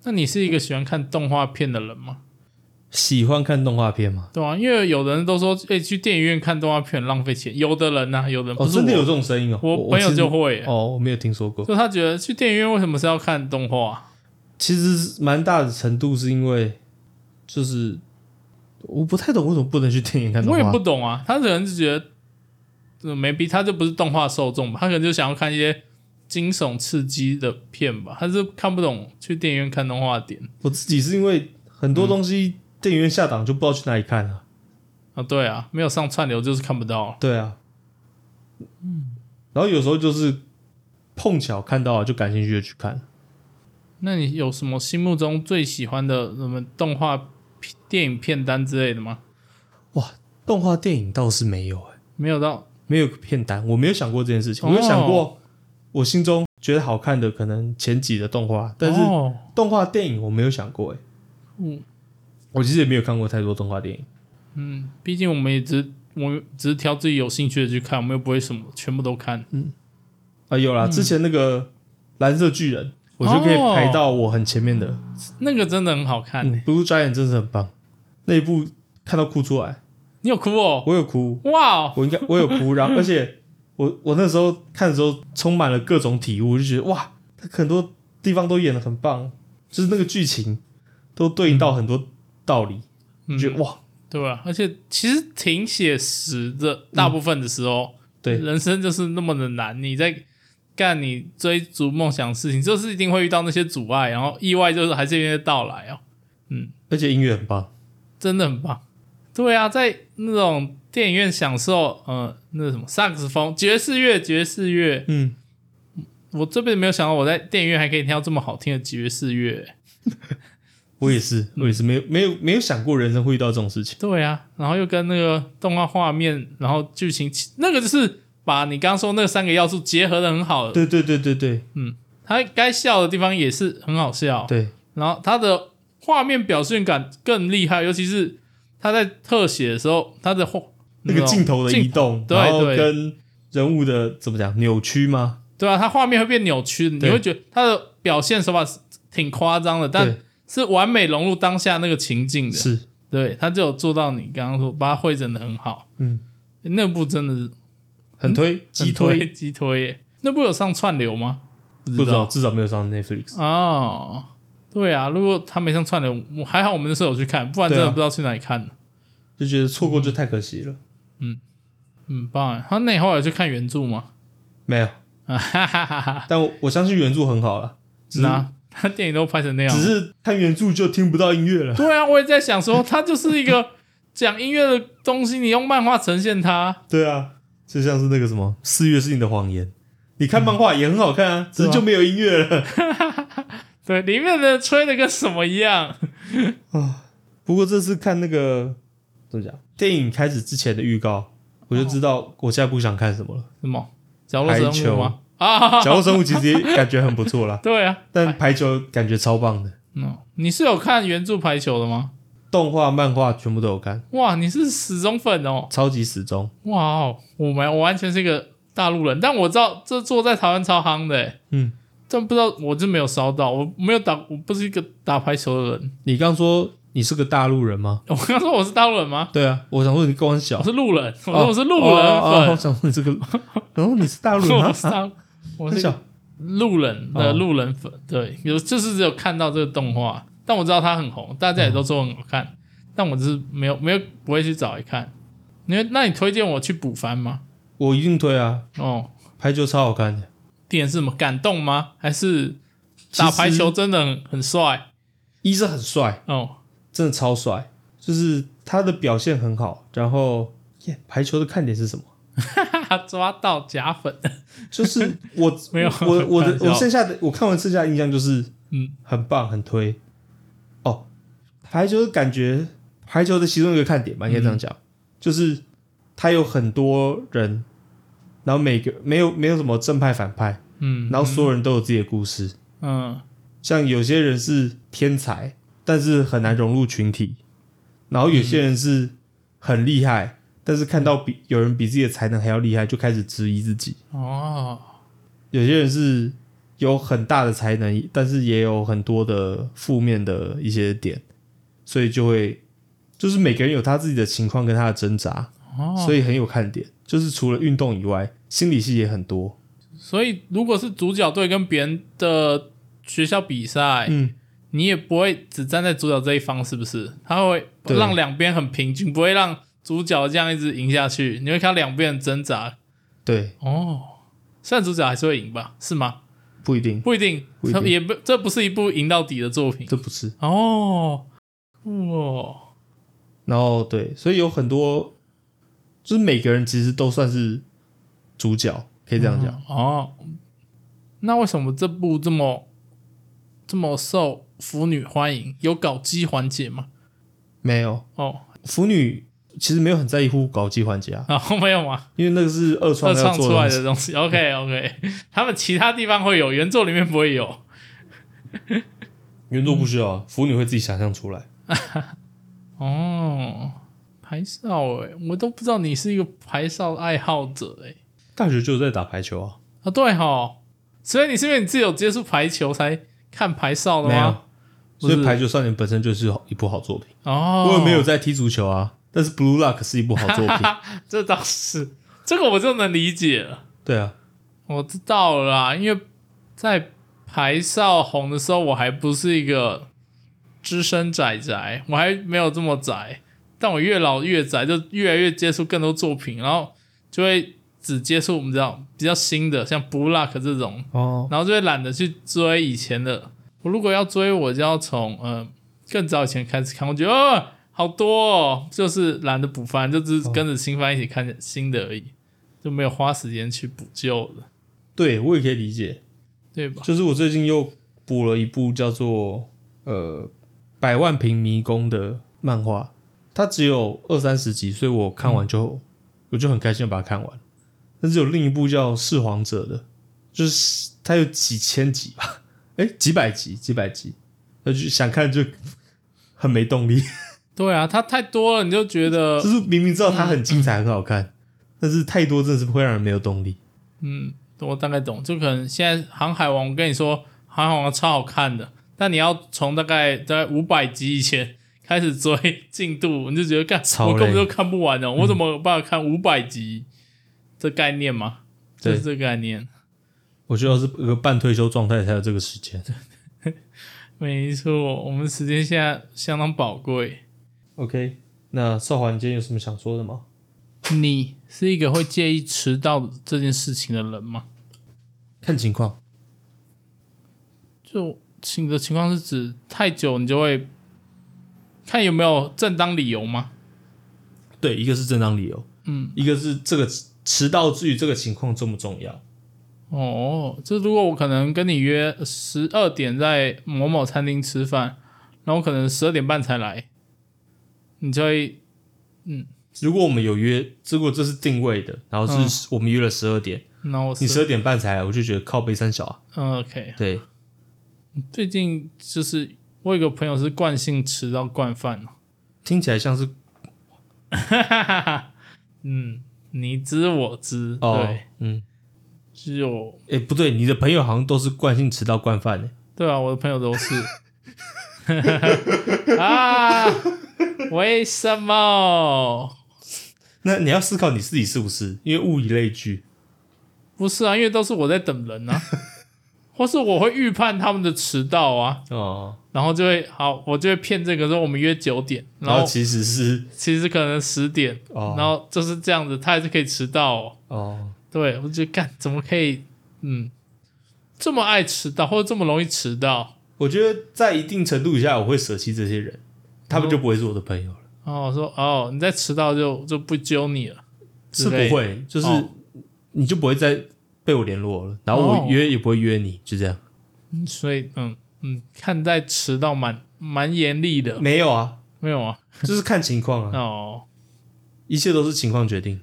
[SPEAKER 1] 那你是一个喜欢看动画片的人吗？
[SPEAKER 2] 喜欢看动画片吗？
[SPEAKER 1] 对啊，因为有的人都说，哎、去电影院看动画片很浪费钱。有的人呐、啊有的人不
[SPEAKER 2] 哦，
[SPEAKER 1] 是
[SPEAKER 2] 真的有
[SPEAKER 1] 我，
[SPEAKER 2] 这种声音哦，
[SPEAKER 1] 我朋友
[SPEAKER 2] 其实
[SPEAKER 1] 就会、
[SPEAKER 2] 哦，我没有听说过。
[SPEAKER 1] 就他觉得去电影院为什么是要看动画？
[SPEAKER 2] 其实蛮大的程度是因为，就是我不太懂为什么不能去电影看动
[SPEAKER 1] 我也
[SPEAKER 2] 画
[SPEAKER 1] 不。懂啊。他可能就觉得，呃没必他就不是动画受众吧，他可能就想要看一些惊悚刺激的片吧。他是看不懂去电影院看动画的点
[SPEAKER 2] 我自己是因为很
[SPEAKER 1] 嗯
[SPEAKER 2] 多东西电影院下档就不知道去哪里看啊。
[SPEAKER 1] 啊。对啊，没有上串流就是看不到。
[SPEAKER 2] 对啊，
[SPEAKER 1] 嗯
[SPEAKER 2] 然后有时候就是碰巧看到了就感兴趣的去看。
[SPEAKER 1] 那你有什么心目中最喜欢的什么动画片电影片单之类的吗？
[SPEAKER 2] 动画电影倒是没有、欸，
[SPEAKER 1] 没有到
[SPEAKER 2] 没有片单，我没有想过这件事情。
[SPEAKER 1] 哦
[SPEAKER 2] 我有想过，我心中觉得好看的可能前几的动画，但是
[SPEAKER 1] 哦
[SPEAKER 2] 动画电影我没有想过、欸，
[SPEAKER 1] 嗯
[SPEAKER 2] 我其实也没有看过太多动画电影。
[SPEAKER 1] 嗯，毕竟我们也只我们只是挑自己有兴趣的去看，我们又不会什么全部都看。
[SPEAKER 2] 啊，有
[SPEAKER 1] 嗯
[SPEAKER 2] 啦，之前那个蓝色巨人，我就可以排到我很前面的。
[SPEAKER 1] 哦那个真的很好看，
[SPEAKER 2] 嗯，Blue Giant 真是很棒，那一部看到哭出来，
[SPEAKER 1] 你有哭哦？
[SPEAKER 2] 我有哭，
[SPEAKER 1] 哇哦，
[SPEAKER 2] 我应该 我有哭，然后而且我我那时候看的时候充满了各种体悟，我就觉得哇，他很多地方都演的很棒，就是那个剧情都对应到很多道理，
[SPEAKER 1] 嗯
[SPEAKER 2] 就觉得哇，
[SPEAKER 1] 对吧、而且其实挺写实的，大部分的时候，
[SPEAKER 2] 对
[SPEAKER 1] 人生就是那么的难。你在干你追逐梦想的事情，就是一定会遇到那些阻碍，然后意外就是还是因为到来哦，
[SPEAKER 2] 而且音乐很棒，
[SPEAKER 1] 真的很棒。对啊，在那种电影院享受，呃，那什么萨克斯风、爵士乐、爵士乐，
[SPEAKER 2] 嗯，
[SPEAKER 1] 我这辈子没有想到我在电影院还可以听到这么好听的爵士乐。
[SPEAKER 2] 我也是，我也是没有没有没有想过人生会遇到这种事情，
[SPEAKER 1] 对啊，然后又跟那个动画画面，然后剧情，那个就是把你刚刚说那三个要素结合的很好。
[SPEAKER 2] 对对对对对
[SPEAKER 1] 它该笑的地方也是很好笑，
[SPEAKER 2] 对，
[SPEAKER 1] 然后它的画面表现感更厉害，尤其是它在特写的时候，它的画
[SPEAKER 2] 那个
[SPEAKER 1] 种
[SPEAKER 2] 镜头的移
[SPEAKER 1] 镜
[SPEAKER 2] 动，
[SPEAKER 1] 对
[SPEAKER 2] 然后
[SPEAKER 1] 对
[SPEAKER 2] 跟人物的怎么讲扭曲吗？
[SPEAKER 1] 对啊，它画面会变扭曲的，你
[SPEAKER 2] 对
[SPEAKER 1] 会觉得它的表现手法是挺夸张的，但
[SPEAKER 2] 对
[SPEAKER 1] 是完美融入当下那个情境的。
[SPEAKER 2] 是，
[SPEAKER 1] 对，他就有做到你刚刚说把它会诊的很好。
[SPEAKER 2] 嗯，
[SPEAKER 1] 那部真的是
[SPEAKER 2] 很推
[SPEAKER 1] 很
[SPEAKER 2] 击推，
[SPEAKER 1] 击推耶，那部有上串流吗？
[SPEAKER 2] 不知道至少没有上 Netflix。
[SPEAKER 1] 哦，对啊，如果他没上串流，我还好我们那时候有去看，不然真
[SPEAKER 2] 对
[SPEAKER 1] 的
[SPEAKER 2] 啊
[SPEAKER 1] 不知道去哪里看了。
[SPEAKER 2] 就觉得错过就太可惜了。
[SPEAKER 1] 很棒耶，他那你后来有去看原著吗？
[SPEAKER 2] 没有，
[SPEAKER 1] 啊哈哈哈哈，
[SPEAKER 2] 但我我相信原著很好了，只是
[SPEAKER 1] 那他电影都拍成那样
[SPEAKER 2] 只
[SPEAKER 1] 了，
[SPEAKER 2] 是看原著就听不到音乐了。
[SPEAKER 1] 对啊，我也在想说，他就是一个 讲音乐的东西，你用漫画呈现它，
[SPEAKER 2] 对啊，就像是那个什么《四月是你的谎言》，你看漫画也很好看啊，只是就没有音乐了。
[SPEAKER 1] 对，里面的吹的跟什么一样，
[SPEAKER 2] 不过这次看那个怎么讲，哦电影开始之前的预告，我就知道我现在不想看什么了。
[SPEAKER 1] 什么角落
[SPEAKER 2] 排
[SPEAKER 1] 生物
[SPEAKER 2] 球
[SPEAKER 1] 吗？，啊，，
[SPEAKER 2] 角落生物其实也感觉很不错 啦
[SPEAKER 1] 对啊，
[SPEAKER 2] 但排球感觉超棒的，
[SPEAKER 1] 嗯，你是有看原著排球的吗？
[SPEAKER 2] 动画、漫画全部都有看，
[SPEAKER 1] 哇，你是死忠粉哦！
[SPEAKER 2] 超级始终。
[SPEAKER 1] 哇哦，我们我完全是一个大陆人，但我知道这坐在台湾超夯的欸，
[SPEAKER 2] 嗯，
[SPEAKER 1] 但不知道我就没有烧到，我没有打，我不是一个打排球的人。
[SPEAKER 2] 你刚说你是个大陆人吗？
[SPEAKER 1] 我刚说我是大陆人吗？
[SPEAKER 2] 对啊，我想说你跟我小
[SPEAKER 1] 我，是路人， 我
[SPEAKER 2] 哦
[SPEAKER 1] 说我是路
[SPEAKER 2] 哦哦哦我
[SPEAKER 1] 人
[SPEAKER 2] 想说你这个， 然后你是大陆
[SPEAKER 1] 粉，
[SPEAKER 2] 人
[SPEAKER 1] 我
[SPEAKER 2] 啊
[SPEAKER 1] 是大，我
[SPEAKER 2] 很
[SPEAKER 1] 是一个
[SPEAKER 2] 小，
[SPEAKER 1] 路人的
[SPEAKER 2] 哦
[SPEAKER 1] 路人粉，对，有就是只有看到这个动画，但我知道它很红，大家也都说很好看，但我只是没有没有不会去找来看。你会那你推荐我去补番吗？
[SPEAKER 2] 我一定推啊，
[SPEAKER 1] 哦，
[SPEAKER 2] 排球超好看的，
[SPEAKER 1] 点是什么感动吗？还是打排球真的很很帅？
[SPEAKER 2] 一是很帅，
[SPEAKER 1] 哦，
[SPEAKER 2] 真的超帅，就是他的表现很好，然后耶排球的看点是什么？
[SPEAKER 1] 哈哈，抓到假粉，
[SPEAKER 2] 就是我
[SPEAKER 1] 没有
[SPEAKER 2] 我我的
[SPEAKER 1] 开玩笑
[SPEAKER 2] 我剩下的我看完剩下的印象就是，
[SPEAKER 1] 嗯，
[SPEAKER 2] 很棒，很推。哦，排球的感觉，排球的其中一个看点吧，应该这样
[SPEAKER 1] 嗯
[SPEAKER 2] 讲，就是它有很多人，然后每个没有没有什么正派反派，
[SPEAKER 1] 嗯，
[SPEAKER 2] 然后所有人都有自己的故事。
[SPEAKER 1] 嗯
[SPEAKER 2] 像有些人是天才，但是很难融入群体，然后有些人是很厉害，但是看到比有人比自己的才能还要厉害，就开始质疑自己。
[SPEAKER 1] 哦，
[SPEAKER 2] 有些人是有很大的才能，但是也有很多的负面的一些点，所以就会就是每个人有他自己的情况跟他的挣扎，
[SPEAKER 1] 哦
[SPEAKER 2] 所以很有看点。就是除了运动以外，心理戏也很多。
[SPEAKER 1] 所以如果是主角队跟别人的学校比赛，
[SPEAKER 2] 嗯，
[SPEAKER 1] 你也不会只站在主角这一方，是不是？他会
[SPEAKER 2] 对
[SPEAKER 1] 让两边很平均，不会让主角这样一直赢下去。你会看到两边的挣扎。
[SPEAKER 2] 对，
[SPEAKER 1] 哦，虽然主角还是会赢吧？是吗？
[SPEAKER 2] 不一定，
[SPEAKER 1] 不一定，
[SPEAKER 2] 不一定
[SPEAKER 1] 这也不这不是一部赢到底的作品。
[SPEAKER 2] 这不是。
[SPEAKER 1] 哦，哇，
[SPEAKER 2] 然后对，所以有很多，就是每个人其实都算是主角，可以这样讲。
[SPEAKER 1] 哦，那为什么这部这么这么受腐女欢迎？有搞基环节吗？
[SPEAKER 2] 没有
[SPEAKER 1] 哦，
[SPEAKER 2] 腐女其实没有很在乎搞基环节啊，
[SPEAKER 1] 然后没有吗？
[SPEAKER 2] 因为那个是二创
[SPEAKER 1] 二
[SPEAKER 2] 要
[SPEAKER 1] 创
[SPEAKER 2] 做
[SPEAKER 1] 出
[SPEAKER 2] 的
[SPEAKER 1] 来
[SPEAKER 2] 东西
[SPEAKER 1] 的东西。OK OK，他 们其他地方会有，原作里面不会有。
[SPEAKER 2] 原作不需要，啊腐女会自己想象出来。
[SPEAKER 1] 哦，排少哎、我都不知道你是一个排少爱好者哎、
[SPEAKER 2] 大学就有在打排球啊？
[SPEAKER 1] 啊，对哈，所以你是因为你自己有接触排球才看排少的
[SPEAKER 2] 没有
[SPEAKER 1] 吗？，不
[SPEAKER 2] 所
[SPEAKER 1] 是
[SPEAKER 2] 以《排球少年》本身就是一部好作品。
[SPEAKER 1] 哦，
[SPEAKER 2] 我也没有，在踢足球啊，但是《Blue Lock》是一部好 作品。
[SPEAKER 1] 这倒是，这个我就能理解了，
[SPEAKER 2] 对啊，
[SPEAKER 1] 我知道了啦，因为在排少红的时候，我还不是一个资深仔仔，我还没有这么宅，但我越老越宅，就越来越接触更多作品，然后就会只接触我们这种比较新的，像 Block 这种
[SPEAKER 2] 哦，
[SPEAKER 1] 然后就会懒得去追以前的。我如果要追，我就要从呃更早以前开始看。我觉得、呃、好多、哦，就是懒得补番，就只是跟着新番一起看新的而已，就没有花时间去补旧的，
[SPEAKER 2] 对我也可以理解。
[SPEAKER 1] 对吧？
[SPEAKER 2] 就是我最近又补了一部叫做呃《百万平迷宫》的漫画，它只有二三十集，所以我看完就、我就很开心地把它看完。但是有另一部叫《弑皇者》的，就是它有几千集吧，哎，几百集，几百集，那就想看就很没动力。
[SPEAKER 1] 对啊，它太多了，你就觉得
[SPEAKER 2] 就是明明知道它很精彩、很好看，但是太多真的是会让人没有动力。
[SPEAKER 1] 嗯，我大概懂。就可能现在《航海王》，我跟你说，《航海王》超好看的，但你要从大概大概五百集以前开始追进度，你就觉得干，
[SPEAKER 2] 超
[SPEAKER 1] 我根本
[SPEAKER 2] 累嗯
[SPEAKER 1] 就看不完了，啊我怎么有办法看五百集？这概念吗？就
[SPEAKER 2] 对
[SPEAKER 1] 是这个概念，
[SPEAKER 2] 我觉得是一个半退休状态才有这个时间。
[SPEAKER 1] 没错。我们时间现在相当宝贵。
[SPEAKER 2] OK，那少华，你今天有什么想说的吗？
[SPEAKER 1] 你是一个会介意迟到这件事情的人吗？
[SPEAKER 2] 看情况，
[SPEAKER 1] 就你的情况是指太久，你就会看有没有正当理由吗？
[SPEAKER 2] 对，一个是正当理由，嗯，一个是这个迟迟到至于这个情况重不重要，
[SPEAKER 1] 哦，就如果我可能跟你约十二点在某某餐厅吃饭，然后可能十二点半才来，你就会嗯
[SPEAKER 2] 如果我们有约，如果这是定位的，然后是我们约了十二点，
[SPEAKER 1] 那我
[SPEAKER 2] 你
[SPEAKER 1] 是
[SPEAKER 2] 十二点半才来，我就觉得靠背三小啊。
[SPEAKER 1] 嗯 OK。
[SPEAKER 2] 对，
[SPEAKER 1] 最近就是我有个朋友是惯性迟到惯犯哦，
[SPEAKER 2] 听起来像是
[SPEAKER 1] 嗯，你知我知，
[SPEAKER 2] 哦
[SPEAKER 1] 对，，
[SPEAKER 2] 嗯，
[SPEAKER 1] 只有
[SPEAKER 2] 哎、不对，你的朋友好像都是惯性迟到惯犯的、
[SPEAKER 1] 对啊，我的朋友都是 啊，为什么？
[SPEAKER 2] 那你要思考你自己是不是，因为物以类聚。
[SPEAKER 1] 不是啊，因为都是我在等人啊，或是我会预判他们的迟到啊，
[SPEAKER 2] 哦，
[SPEAKER 1] 然后就会好，我就会骗这个说我们约九点，
[SPEAKER 2] 然
[SPEAKER 1] 后
[SPEAKER 2] 后其实是
[SPEAKER 1] 其实可能十点，
[SPEAKER 2] 哦，
[SPEAKER 1] 然后就是这样子，他还是可以迟到、哦。
[SPEAKER 2] 哦，
[SPEAKER 1] 对我就觉得干怎么可以，嗯，这么爱迟到或者这么容易迟到？
[SPEAKER 2] 我觉得在一定程度以下，我会舍弃这些人，他们就不会是我的朋友了，
[SPEAKER 1] 然后我说哦，你再迟到就就不揪你了。
[SPEAKER 2] 是
[SPEAKER 1] 之类
[SPEAKER 2] 不会，就是、
[SPEAKER 1] 哦
[SPEAKER 2] 你就不会再被我联络了，然后
[SPEAKER 1] 哦
[SPEAKER 2] 我约也不会约你，就这样。
[SPEAKER 1] 嗯所以嗯嗯，看待迟到蛮蛮严厉的，
[SPEAKER 2] 没有啊，
[SPEAKER 1] 没有啊？
[SPEAKER 2] 就是看情况 啊，
[SPEAKER 1] 哦，
[SPEAKER 2] 一切都是情况决定的。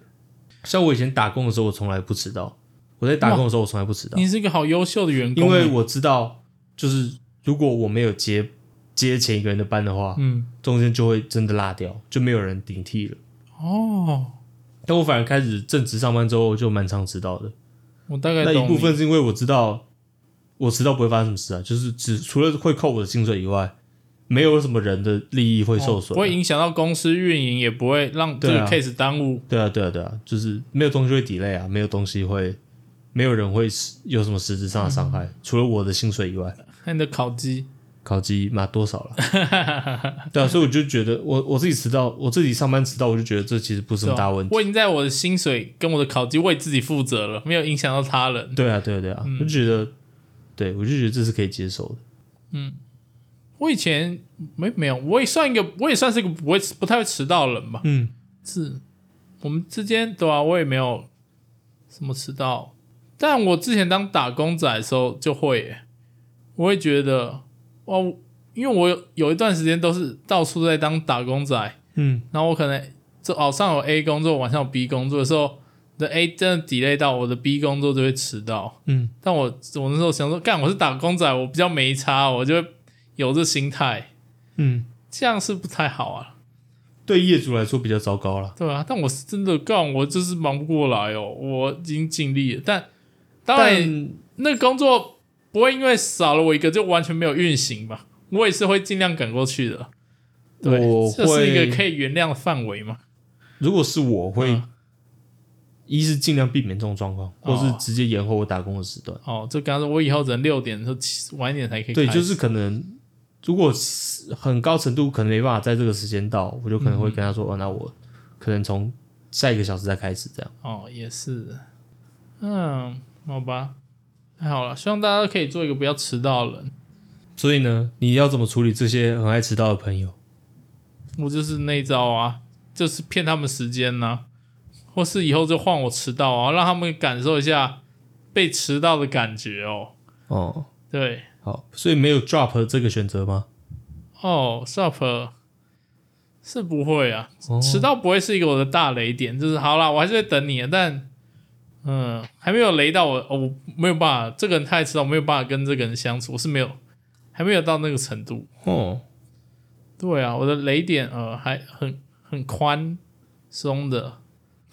[SPEAKER 2] 像我以前打工的时候，我从来不迟到。我在打工的时候，我从来不迟到。
[SPEAKER 1] 你是一个好优秀的员工，啊
[SPEAKER 2] 因为我知道，就是如果我没有接接前一个人的班的话，
[SPEAKER 1] 嗯
[SPEAKER 2] 中间就会真的落掉，就没有人顶替了。
[SPEAKER 1] 哦，
[SPEAKER 2] 但我反而开始正职上班之后，我就蛮常迟到的。
[SPEAKER 1] 我大概
[SPEAKER 2] 那
[SPEAKER 1] 懂
[SPEAKER 2] 一部
[SPEAKER 1] 你
[SPEAKER 2] 分是因为我知道我迟到不会发生什么事啊，就是只除了会扣我的薪水以外，没有什么人的利益会受
[SPEAKER 1] 哦
[SPEAKER 2] 损
[SPEAKER 1] 不
[SPEAKER 2] 啊、
[SPEAKER 1] 会影响到公司运营，也不会让这
[SPEAKER 2] 对
[SPEAKER 1] 个
[SPEAKER 2] 啊
[SPEAKER 1] case 耽误。
[SPEAKER 2] 对啊，对啊，对啊，就是没有东西会 delay 啊，没有东西会，没有人会实有什么实质上的伤害，
[SPEAKER 1] 嗯
[SPEAKER 2] 除了我的薪水以外。
[SPEAKER 1] 看你的烤鸡，
[SPEAKER 2] 烤鸡妈多少了？ 对啊，所以我就觉得我我自己迟到，我自己上班迟到，我就觉得这其实不是什么大问题。
[SPEAKER 1] 哦我已经在我的薪水跟我的烤鸡为自己负责了，没有影响到他人。
[SPEAKER 2] 对啊，对啊，对
[SPEAKER 1] 嗯
[SPEAKER 2] 啊，我就觉得，对我就觉得这是可以接受的。
[SPEAKER 1] 我以前没没有，我也算一个，我也算是一个不会不太会迟到的人吧。
[SPEAKER 2] 嗯，
[SPEAKER 1] 是，我们之间对啊，我也没有什么迟到，但我之前当打工仔的时候就会耶，我会觉得哇，因为我有有一段时间都是到处在当打工仔，
[SPEAKER 2] 嗯，
[SPEAKER 1] 然后我可能早上有 A 工作，晚上有 B 工作的时候，我的 A 真的 delay 到我的 B 工作就会迟到。
[SPEAKER 2] 嗯，
[SPEAKER 1] 但我我那时候想说，干我是打工仔，我比较没差，我就会有这心态，
[SPEAKER 2] 嗯，
[SPEAKER 1] 这样是不太好啊，
[SPEAKER 2] 对业主来说比较糟糕了。
[SPEAKER 1] 对啊，但我是真的干，我就是忙不过来哦，我已经尽力了，但当然
[SPEAKER 2] 但
[SPEAKER 1] 那个工作不会因为少了我一个就完全没有运行吧，我也是会尽量赶过去的。对
[SPEAKER 2] 我，
[SPEAKER 1] 这是一个
[SPEAKER 2] 会
[SPEAKER 1] 可以原谅的范围嘛？
[SPEAKER 2] 如果是我会
[SPEAKER 1] 嗯，
[SPEAKER 2] 一是尽量避免这种状况，或是
[SPEAKER 1] 哦
[SPEAKER 2] 直接延后我打工的时段。
[SPEAKER 1] 哦，就刚刚说我以后只能六点，就起晚一点才可以开始。
[SPEAKER 2] 对，就是可能如果是很高程度可能没办法在这个时间到，我就可能
[SPEAKER 1] 嗯
[SPEAKER 2] 会跟他说，哦，那我可能从下一个小时再开始这样。
[SPEAKER 1] 哦，也是，嗯，好吧，太好了，希望大家都可以做一个不要迟到的人。
[SPEAKER 2] 所以呢，你要怎么处理这些很爱迟到的朋友？
[SPEAKER 1] 我就是那一招啊，就是骗他们时间呐、或是以后就换我迟到啊，让他们感受一下被迟到的感觉哦。
[SPEAKER 2] 哦，
[SPEAKER 1] 对，
[SPEAKER 2] 好，所以没有 drop 这个选择吗？
[SPEAKER 1] 哦，shop 是不会啊，
[SPEAKER 2] 哦
[SPEAKER 1] 迟到不会是一个我的大雷点，就是好啦，我还是会等你的，但嗯，还没有雷到我，哦、我没有办法，这个人太迟到，我没有办法跟这个人相处，我是没有，还没有到那个程度。
[SPEAKER 2] 哦，
[SPEAKER 1] 对啊，我的雷点呃还很很宽松的。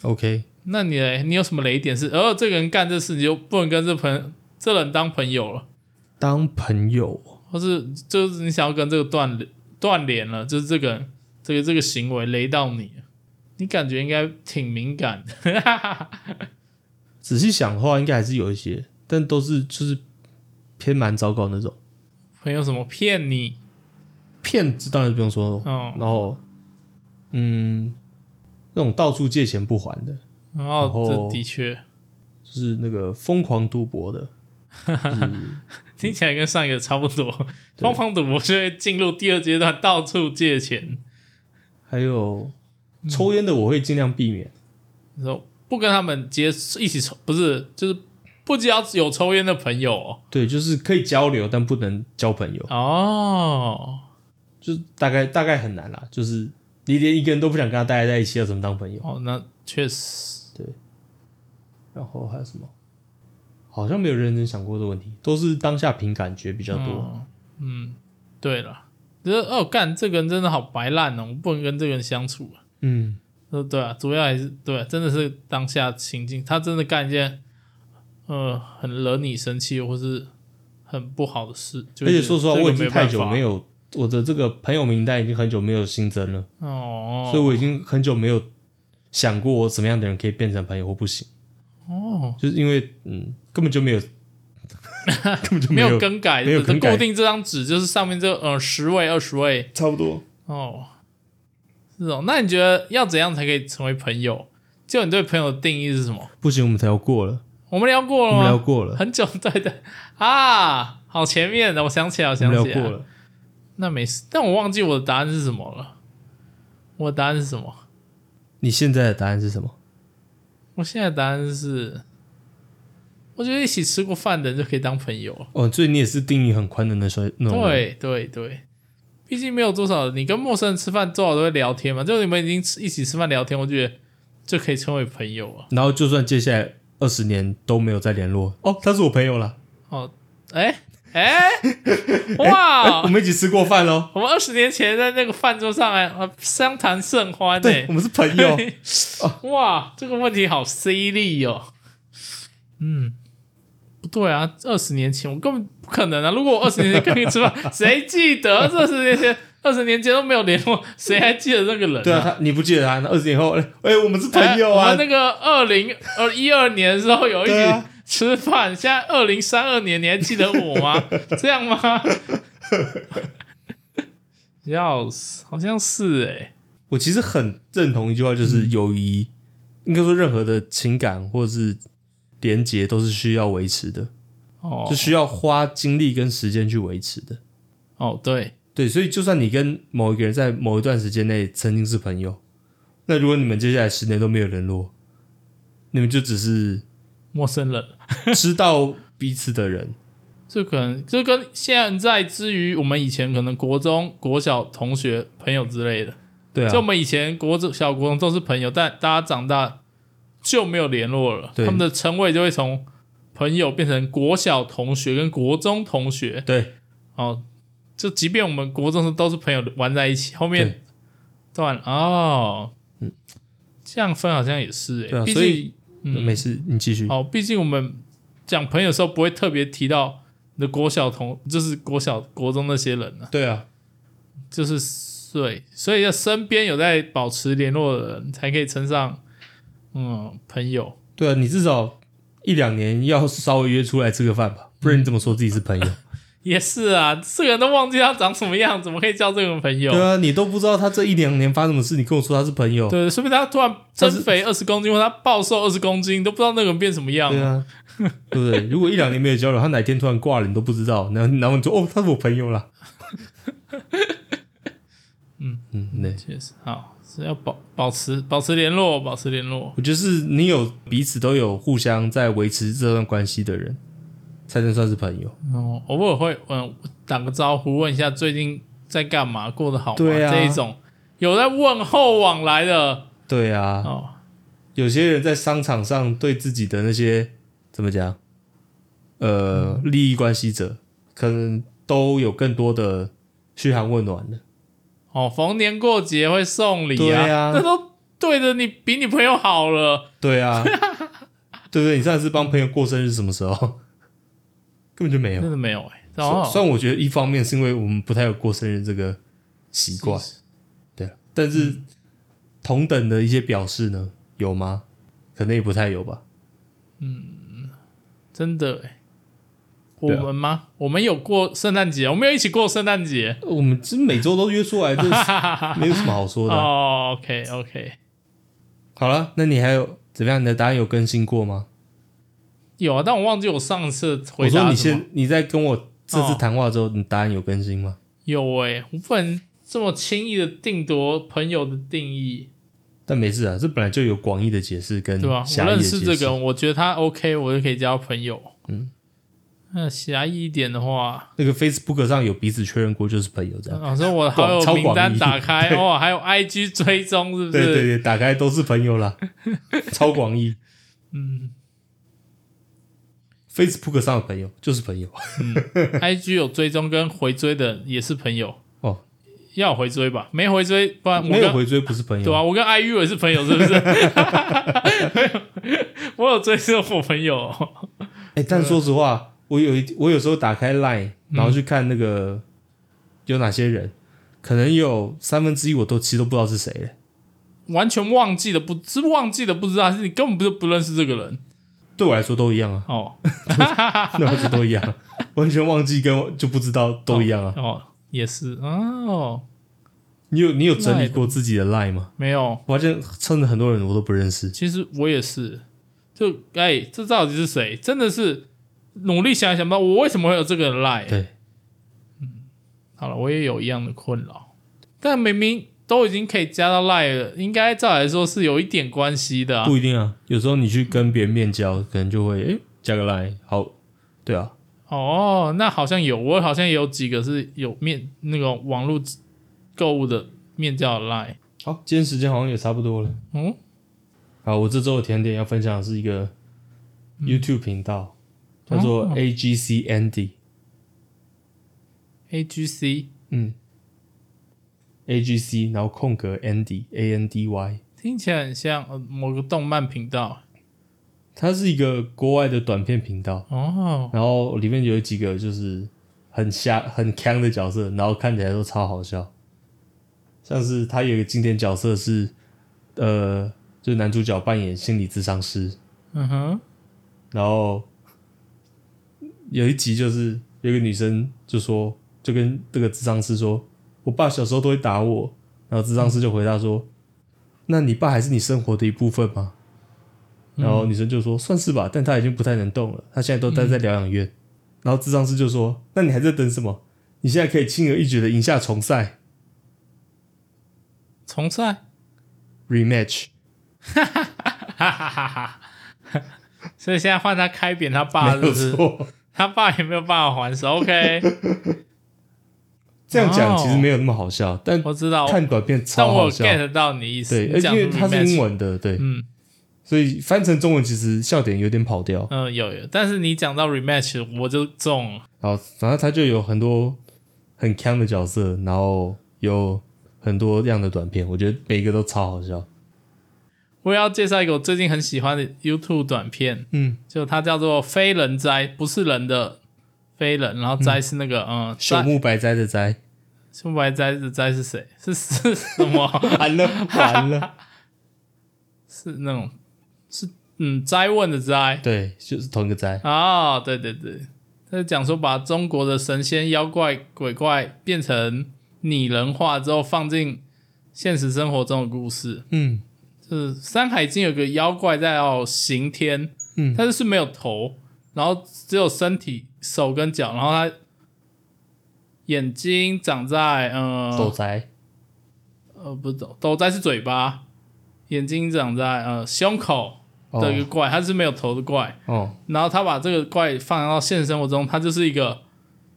[SPEAKER 2] OK，
[SPEAKER 1] 那你嘞，你有什么雷点是，呃，这个人干这事你就不能跟这朋这人当朋友了，
[SPEAKER 2] 当朋友
[SPEAKER 1] 或是就是你想要跟这个断联断联了，就是这个人这个这个行为雷到你了，你感觉应该挺敏感的。
[SPEAKER 2] 仔细想的话，应该还是有一些，但都是就是偏蛮糟糕的那种。
[SPEAKER 1] 朋友什么骗你？
[SPEAKER 2] 骗子当然不用说，
[SPEAKER 1] 哦，
[SPEAKER 2] 然后嗯，那种到处借钱不还的，
[SPEAKER 1] 然
[SPEAKER 2] 然
[SPEAKER 1] 后
[SPEAKER 2] 后
[SPEAKER 1] 哦这的确
[SPEAKER 2] 就是那个疯狂赌博的，
[SPEAKER 1] 听起来跟上一个差不多。
[SPEAKER 2] 对
[SPEAKER 1] 疯狂赌博就会进入第二阶段，到处借钱，
[SPEAKER 2] 还有抽烟的，我会尽量避免。
[SPEAKER 1] 你说不跟他们接一起抽，不是就是不交有抽烟的朋友哦。
[SPEAKER 2] 对，就是可以交流，但不能交朋友，
[SPEAKER 1] 哦，
[SPEAKER 2] 就是大概大概很难啦。就是你连一个人都不想跟他
[SPEAKER 1] 哦
[SPEAKER 2] 待在一起，要怎么当朋友？
[SPEAKER 1] 哦，那确实
[SPEAKER 2] 然后还有什么？好像没有认真想过这个问题，都是当下凭感觉比较多。
[SPEAKER 1] 嗯。嗯，对了，觉得哦，干这个人真的好白烂哦，我不能跟这个人相处、啊。
[SPEAKER 2] 嗯，
[SPEAKER 1] 呃，对啊，主要还是对啊、真的是当下情境，他真的干一件呃很惹你生气或是很不好的事。就
[SPEAKER 2] 而且
[SPEAKER 1] 是
[SPEAKER 2] 说实话，
[SPEAKER 1] 这个
[SPEAKER 2] 我已经太久
[SPEAKER 1] 办法
[SPEAKER 2] 没有我的这个朋友名单已经很久没有新增了，
[SPEAKER 1] 哦，
[SPEAKER 2] 所以我已经很久没有想过我什么样的人可以变成朋友或不行，
[SPEAKER 1] 哦
[SPEAKER 2] 就是因为嗯根本就 没有，根 本就
[SPEAKER 1] 没
[SPEAKER 2] 有
[SPEAKER 1] 有更改，
[SPEAKER 2] 没有
[SPEAKER 1] 只
[SPEAKER 2] 更改
[SPEAKER 1] 固定这张纸就是上面这呃十位二十位
[SPEAKER 2] 差不多。
[SPEAKER 1] 哦，是哦。那你觉得要怎样才可以成为朋友？就你对朋友的定义是什么？
[SPEAKER 2] 不行，我们聊过了，
[SPEAKER 1] 我们聊过
[SPEAKER 2] 我
[SPEAKER 1] 了
[SPEAKER 2] 们
[SPEAKER 1] 吗？
[SPEAKER 2] 聊过了，
[SPEAKER 1] 哦很久，对对啊，好前面的，我想起来，我
[SPEAKER 2] 我
[SPEAKER 1] 想
[SPEAKER 2] 们聊
[SPEAKER 1] 起来
[SPEAKER 2] 过了。
[SPEAKER 1] 那没事，但我忘记我的答案是什么了。我的答案是什么？
[SPEAKER 2] 你现在的答案是什么？
[SPEAKER 1] 我现在的答案是，我觉得一起吃过饭的人就可以当朋友。
[SPEAKER 2] 哦，所以你也是定义很宽的那时候那种人。
[SPEAKER 1] 对对对，毕竟没有多少，你跟陌生人吃饭多少都会聊天嘛，就你们已经吃一起吃饭聊天，我觉得就可以称为朋友了。
[SPEAKER 2] 然后就算接下来二十年都没有再联络，哦，他是我朋友了，
[SPEAKER 1] 哦，哎哎， 哇！
[SPEAKER 2] 哎我们一起吃过饭喽，
[SPEAKER 1] 我们二十年前在那个饭桌上哎，啊相谈甚欢呢、
[SPEAKER 2] 对，我们是朋 友。
[SPEAKER 1] 哇，这个问题好犀利哦。嗯，不对啊，二十年前我根本不可能啊！如果我二十年前跟你吃 饭，谁记得这二十年前？二十年前都没有联络，谁还记得这个人、
[SPEAKER 2] 对啊，，他你不记得他？那二十年后，哎、哎我们是朋友
[SPEAKER 1] 哎
[SPEAKER 2] 啊
[SPEAKER 1] 我们。那个二零二一二年的时候有一
[SPEAKER 2] 对
[SPEAKER 1] 起
[SPEAKER 2] 啊
[SPEAKER 1] 吃饭，现在二零三二年你还记得我 吗？这样吗？ 要死，好像是哎、
[SPEAKER 2] 我其实很认同一句话，就是友谊，应该说任何的情感或是连结都是需要维持的，
[SPEAKER 1] 哦
[SPEAKER 2] 是需要花精力跟时间去维持的。
[SPEAKER 1] 哦，对，
[SPEAKER 2] 对，所以就算你跟某一个人在某一段时间内曾经是朋友，那如果你们接下来十年都没有联络，你们就只是
[SPEAKER 1] 陌生人。
[SPEAKER 2] 知道彼此的人。
[SPEAKER 1] 这可能就跟现在之于我们以前可能国中、国小同学、朋友之类的，
[SPEAKER 2] 对
[SPEAKER 1] 就我
[SPEAKER 2] 啊，
[SPEAKER 1] 们以前国中、小国中都是朋友，但大家长大就没有联络了，他
[SPEAKER 2] 对
[SPEAKER 1] 们的称谓就会从朋友变成国小同学跟国中同学
[SPEAKER 2] 对
[SPEAKER 1] 哦。就即便我们国中时都是朋友玩在一起，后面
[SPEAKER 2] 对
[SPEAKER 1] 断了哦，
[SPEAKER 2] 嗯，
[SPEAKER 1] 这样分好像也是诶、
[SPEAKER 2] 对啊，
[SPEAKER 1] 毕
[SPEAKER 2] 所
[SPEAKER 1] 竟
[SPEAKER 2] 以、
[SPEAKER 1] 嗯
[SPEAKER 2] 没事，你继续。
[SPEAKER 1] 哦，毕竟我们讲朋友的时候不会特别提到你的国小同，就是国小、国中那些人呢、
[SPEAKER 2] 对啊，
[SPEAKER 1] 就是对，所以要身边有在保持联络的人，才可以称上嗯朋友。
[SPEAKER 2] 对啊，你至少一两年要稍微约出来吃个饭吧，不然你怎么说自己是朋 友？
[SPEAKER 1] 也是啊，这个人都忘记他长什么样，怎么可以交这种朋友？
[SPEAKER 2] 对啊，你都不知道他这一两年发生什么事，你跟我说他是朋友，
[SPEAKER 1] 对，说不定他突然增肥二十公斤，或者他暴瘦二十公斤，你都不知道那个人变什么样。
[SPEAKER 2] 对啊，对不对？如果一两年没有交流，他哪天突然挂了，你都不知道，然后然后你说哦，他是我朋友啦。
[SPEAKER 1] 嗯
[SPEAKER 2] 嗯，对，
[SPEAKER 1] 确实，好是要保保持保持联络，保持联络。
[SPEAKER 2] 我觉得是你有彼此都有互相在维持这段关系的人，才能算是朋友。
[SPEAKER 1] 哦，偶尔会嗯打个招呼，问一下最近在干嘛，过得好吗？
[SPEAKER 2] 对啊
[SPEAKER 1] 这一种有在问候往来的
[SPEAKER 2] 对啊，
[SPEAKER 1] 哦，
[SPEAKER 2] 有些人在商场上对自己的那些怎么讲，呃，利益关系者，可能都有更多的嘘寒问暖的。
[SPEAKER 1] 哦，逢年过节会送礼
[SPEAKER 2] 对啊
[SPEAKER 1] 那都对着你比你朋友好了。
[SPEAKER 2] 对啊，对不对？你上次帮朋友过生日是什么时候？ 根本就没有
[SPEAKER 1] 真。的没有哎、欸，
[SPEAKER 2] 虽
[SPEAKER 1] 哦，
[SPEAKER 2] 虽然我觉得一方面是因为我们不太有过生日这个习惯，对啊，但是同等的一些表示呢，有吗？可能也不太有吧。
[SPEAKER 1] 真的哎、我
[SPEAKER 2] 对啊
[SPEAKER 1] 们吗？我们有过圣诞节，我们有一起过圣诞节。
[SPEAKER 2] 我们这每周都约出来，这没有什么好说的啊。
[SPEAKER 1] 哦，OK OK，
[SPEAKER 2] 好了，那你还有怎么样？你的答案有更新过吗？
[SPEAKER 1] 有啊，但我忘记我上次
[SPEAKER 2] 我
[SPEAKER 1] 回
[SPEAKER 2] 说
[SPEAKER 1] 答
[SPEAKER 2] 你
[SPEAKER 1] 什么。哦
[SPEAKER 2] 先，你在跟我这次谈话之后，你答案有更新吗？
[SPEAKER 1] 有哎、我不能这么轻易的定夺朋友的定义。
[SPEAKER 2] 但没事啊，这本来就有广义的解释跟
[SPEAKER 1] 对吧？
[SPEAKER 2] 嗯狭
[SPEAKER 1] 我
[SPEAKER 2] 义的
[SPEAKER 1] 认
[SPEAKER 2] 解
[SPEAKER 1] 识
[SPEAKER 2] 释。
[SPEAKER 1] 这个人，我觉得他 OK，我就可以交朋友。
[SPEAKER 2] 嗯，
[SPEAKER 1] 那狭义一点的话，
[SPEAKER 2] 那个 Facebook 上有彼此确认过就是朋 友这样。
[SPEAKER 1] 老师，我的好
[SPEAKER 2] 广
[SPEAKER 1] 友
[SPEAKER 2] 超
[SPEAKER 1] 名单
[SPEAKER 2] 广义
[SPEAKER 1] 打开
[SPEAKER 2] 对
[SPEAKER 1] 哦，还有 IG 追踪，是不
[SPEAKER 2] 对
[SPEAKER 1] 是？
[SPEAKER 2] 对对，打 开都是朋友啦，超广义。
[SPEAKER 1] 嗯，
[SPEAKER 2] Facebook 上的朋友就是朋友
[SPEAKER 1] IG 有追踪跟回追的也是朋友
[SPEAKER 2] 哦，
[SPEAKER 1] 要回追吧，没回追不啊然我
[SPEAKER 2] 没有
[SPEAKER 1] 跟
[SPEAKER 2] 回追不是朋
[SPEAKER 1] 对啊，
[SPEAKER 2] 友。
[SPEAKER 1] 我跟 IU 也是朋友，是不是？ 我有追踪我朋友哦、
[SPEAKER 2] 哎，但说实话，我有一我有时候打开 Line，然后去看那个有哪些人，可能有三分之一我都其实都不知道是谁了。
[SPEAKER 1] 完全忘记了不是忘记了不知道，还是你根本不不认识这个人
[SPEAKER 2] 对我来说都一 样啊，
[SPEAKER 1] 哦
[SPEAKER 2] 对我来说都一样，啊完全忘记跟就不知道都一样啊。
[SPEAKER 1] 哦，也是哦，
[SPEAKER 2] 你有你有整理
[SPEAKER 1] Line
[SPEAKER 2] 过自己的 Line 吗？
[SPEAKER 1] 没有，
[SPEAKER 2] 我发现真的很多人我都不认识。
[SPEAKER 1] 其实我也是，就哎、这到底是谁？真的是努力想想不到我为什么会有这个赖、
[SPEAKER 2] 对，
[SPEAKER 1] 好了，我也有一样的困扰，但明明都已经可以加到赖了，应该照来说是有一点关系的、啊。
[SPEAKER 2] 不一定啊，有时候你去跟别人面交，可能就会诶、加个 Line，好，对啊，
[SPEAKER 1] 哦，那好像有，我好像也有几个是有面那个网络购物的面交的 line。
[SPEAKER 2] 好，今天时间好像也差不多了。
[SPEAKER 1] 嗯，
[SPEAKER 2] 好，我这周的甜点要分享的是一个 YouTube 频道，
[SPEAKER 1] 哦
[SPEAKER 2] 叫做 AGC Andy。
[SPEAKER 1] A G C
[SPEAKER 2] 嗯，AGC，然后空格 Andy A N D Y，
[SPEAKER 1] 听起来很像呃某个动漫频道
[SPEAKER 2] 它是一个国外的短片频道，
[SPEAKER 1] 哦，
[SPEAKER 2] 然后里面有几个就是很瞎、很强的角色，然后看起来都超好笑。像是他有一个经典角色是，呃，就是男主角扮演心理咨商师，
[SPEAKER 1] 嗯哼，
[SPEAKER 2] 然后有一集就是有一个女生就说，就跟这个智商师说，我爸小时候都会打我，然后智商师就回答说，那你爸还是你生活的一部分吗？
[SPEAKER 1] 嗯
[SPEAKER 2] 然后女生就说算是吧，但他已经不太能动了，他现在都待在疗养院。然后智商师就说，那你还在等什么？你现在可以轻而易举的赢下重赛
[SPEAKER 1] 重赛，
[SPEAKER 2] rematch。
[SPEAKER 1] 哈哈哈哈。 所以现在换他开扁他爸，是
[SPEAKER 2] 没
[SPEAKER 1] 不
[SPEAKER 2] 有
[SPEAKER 1] 啊是？
[SPEAKER 2] 错，
[SPEAKER 1] 他爸也没有办法还手。OK，
[SPEAKER 2] 这样讲其实
[SPEAKER 1] 哦
[SPEAKER 2] 没有那么好笑，但
[SPEAKER 1] 我知道，
[SPEAKER 2] 看短片
[SPEAKER 1] 哦但
[SPEAKER 2] 超
[SPEAKER 1] 我
[SPEAKER 2] 好
[SPEAKER 1] 有
[SPEAKER 2] 笑。
[SPEAKER 1] get 到你意思。
[SPEAKER 2] 对，
[SPEAKER 1] 你
[SPEAKER 2] 而且
[SPEAKER 1] 讲
[SPEAKER 2] 因为它是
[SPEAKER 1] rematch
[SPEAKER 2] 英文的，对，
[SPEAKER 1] 嗯
[SPEAKER 2] 所以翻成中文其实笑点有点跑掉。
[SPEAKER 1] 嗯，有有，但是你讲到 rematch，我就中了。
[SPEAKER 2] 然后反正它就有很多很强的角色，然后有很多样的短片，我觉得每一个都超好笑。
[SPEAKER 1] 我也要介绍一个我最近很喜欢的 YouTube 短片，
[SPEAKER 2] 嗯，
[SPEAKER 1] 就它叫做“非人哉”，不是人的非人，然后哉是那个嗯，
[SPEAKER 2] 朽
[SPEAKER 1] 哉
[SPEAKER 2] 木白哉的哉，
[SPEAKER 1] 秀白哉的哉是谁？是是什么？
[SPEAKER 2] 完了完了，
[SPEAKER 1] 是那种是嗯灾问的灾
[SPEAKER 2] 对，就是同一个哉。
[SPEAKER 1] 啊、对对对，他就讲说把中国的神仙、妖怪、鬼怪变成拟人化之后放进现实生活中的故事。
[SPEAKER 2] 嗯，
[SPEAKER 1] 就是《山海经》有个妖怪叫刑天，
[SPEAKER 2] 嗯
[SPEAKER 1] 他就是没有头，然后只有身体、手跟脚，然后他眼睛长在
[SPEAKER 2] 斗
[SPEAKER 1] 呃
[SPEAKER 2] 哉，
[SPEAKER 1] 呃不是斗斗在是嘴巴，眼睛长在呃胸口的一个
[SPEAKER 2] 哦
[SPEAKER 1] 怪，他是没有头的怪，
[SPEAKER 2] 哦，
[SPEAKER 1] 然后他把这个怪放到现实生活中，他就是一个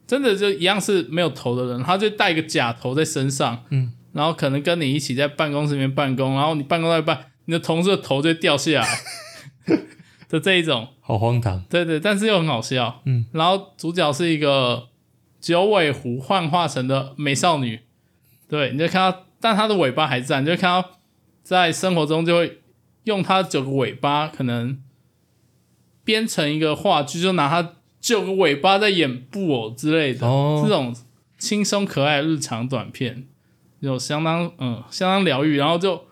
[SPEAKER 1] 真的就一样是没有头的人，他就戴一个假头在身上，
[SPEAKER 2] 嗯，
[SPEAKER 1] 然后可能跟你一起在办公室里面办公，然后你办公到一半，你的同事的头就掉下来的这一种，
[SPEAKER 2] 好荒唐。
[SPEAKER 1] 对对，但是又很好笑，
[SPEAKER 2] 嗯，
[SPEAKER 1] 然后主角是一个九尾狐幻化成的美少女，对，你就看到，但她的尾巴还在，你就看到在生活中就会用她九个尾巴，可能编成一个话剧，就拿她九个尾巴在演布偶之类的，这
[SPEAKER 2] 哦，
[SPEAKER 1] 种轻松可爱的日常短片，有相当嗯相当疗愈。然后就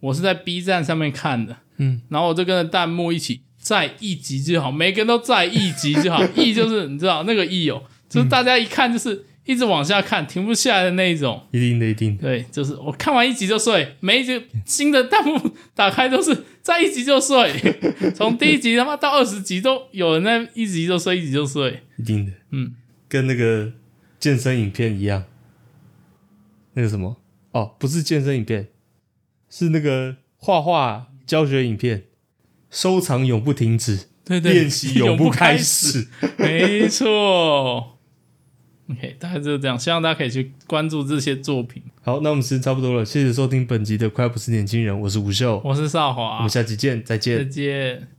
[SPEAKER 1] 我是在 B 站上面看的，
[SPEAKER 2] 嗯，
[SPEAKER 1] 然后我就跟着弹幕一起在一集就好，每个人都在一集就好，一就是你知道那个一哦，就是大家一看就是一直往下看，停不下来的那一种。
[SPEAKER 2] 一定的，一定的。
[SPEAKER 1] 对，就是我看完一集就睡，每一集新的弹幕打开都是在一集就睡，从第一集他妈到二十集都有人在一集就睡，一集就睡。
[SPEAKER 2] 一定的，
[SPEAKER 1] 嗯，
[SPEAKER 2] 跟那个健身影片一样，那个什么哦，不是健身影片，是那个画画教学影片，收藏永不停止，
[SPEAKER 1] 对对，
[SPEAKER 2] 练习永不开始。
[SPEAKER 1] 没错。OK，大概就是这样，希望大家可以去关注这些作品。
[SPEAKER 2] 好，那我们时间差不多了，谢谢收听本集的《快不是年轻人》，我是吴秀，
[SPEAKER 1] 我是少
[SPEAKER 2] 我
[SPEAKER 1] 华
[SPEAKER 2] 们，下期见，再见
[SPEAKER 1] 再。见。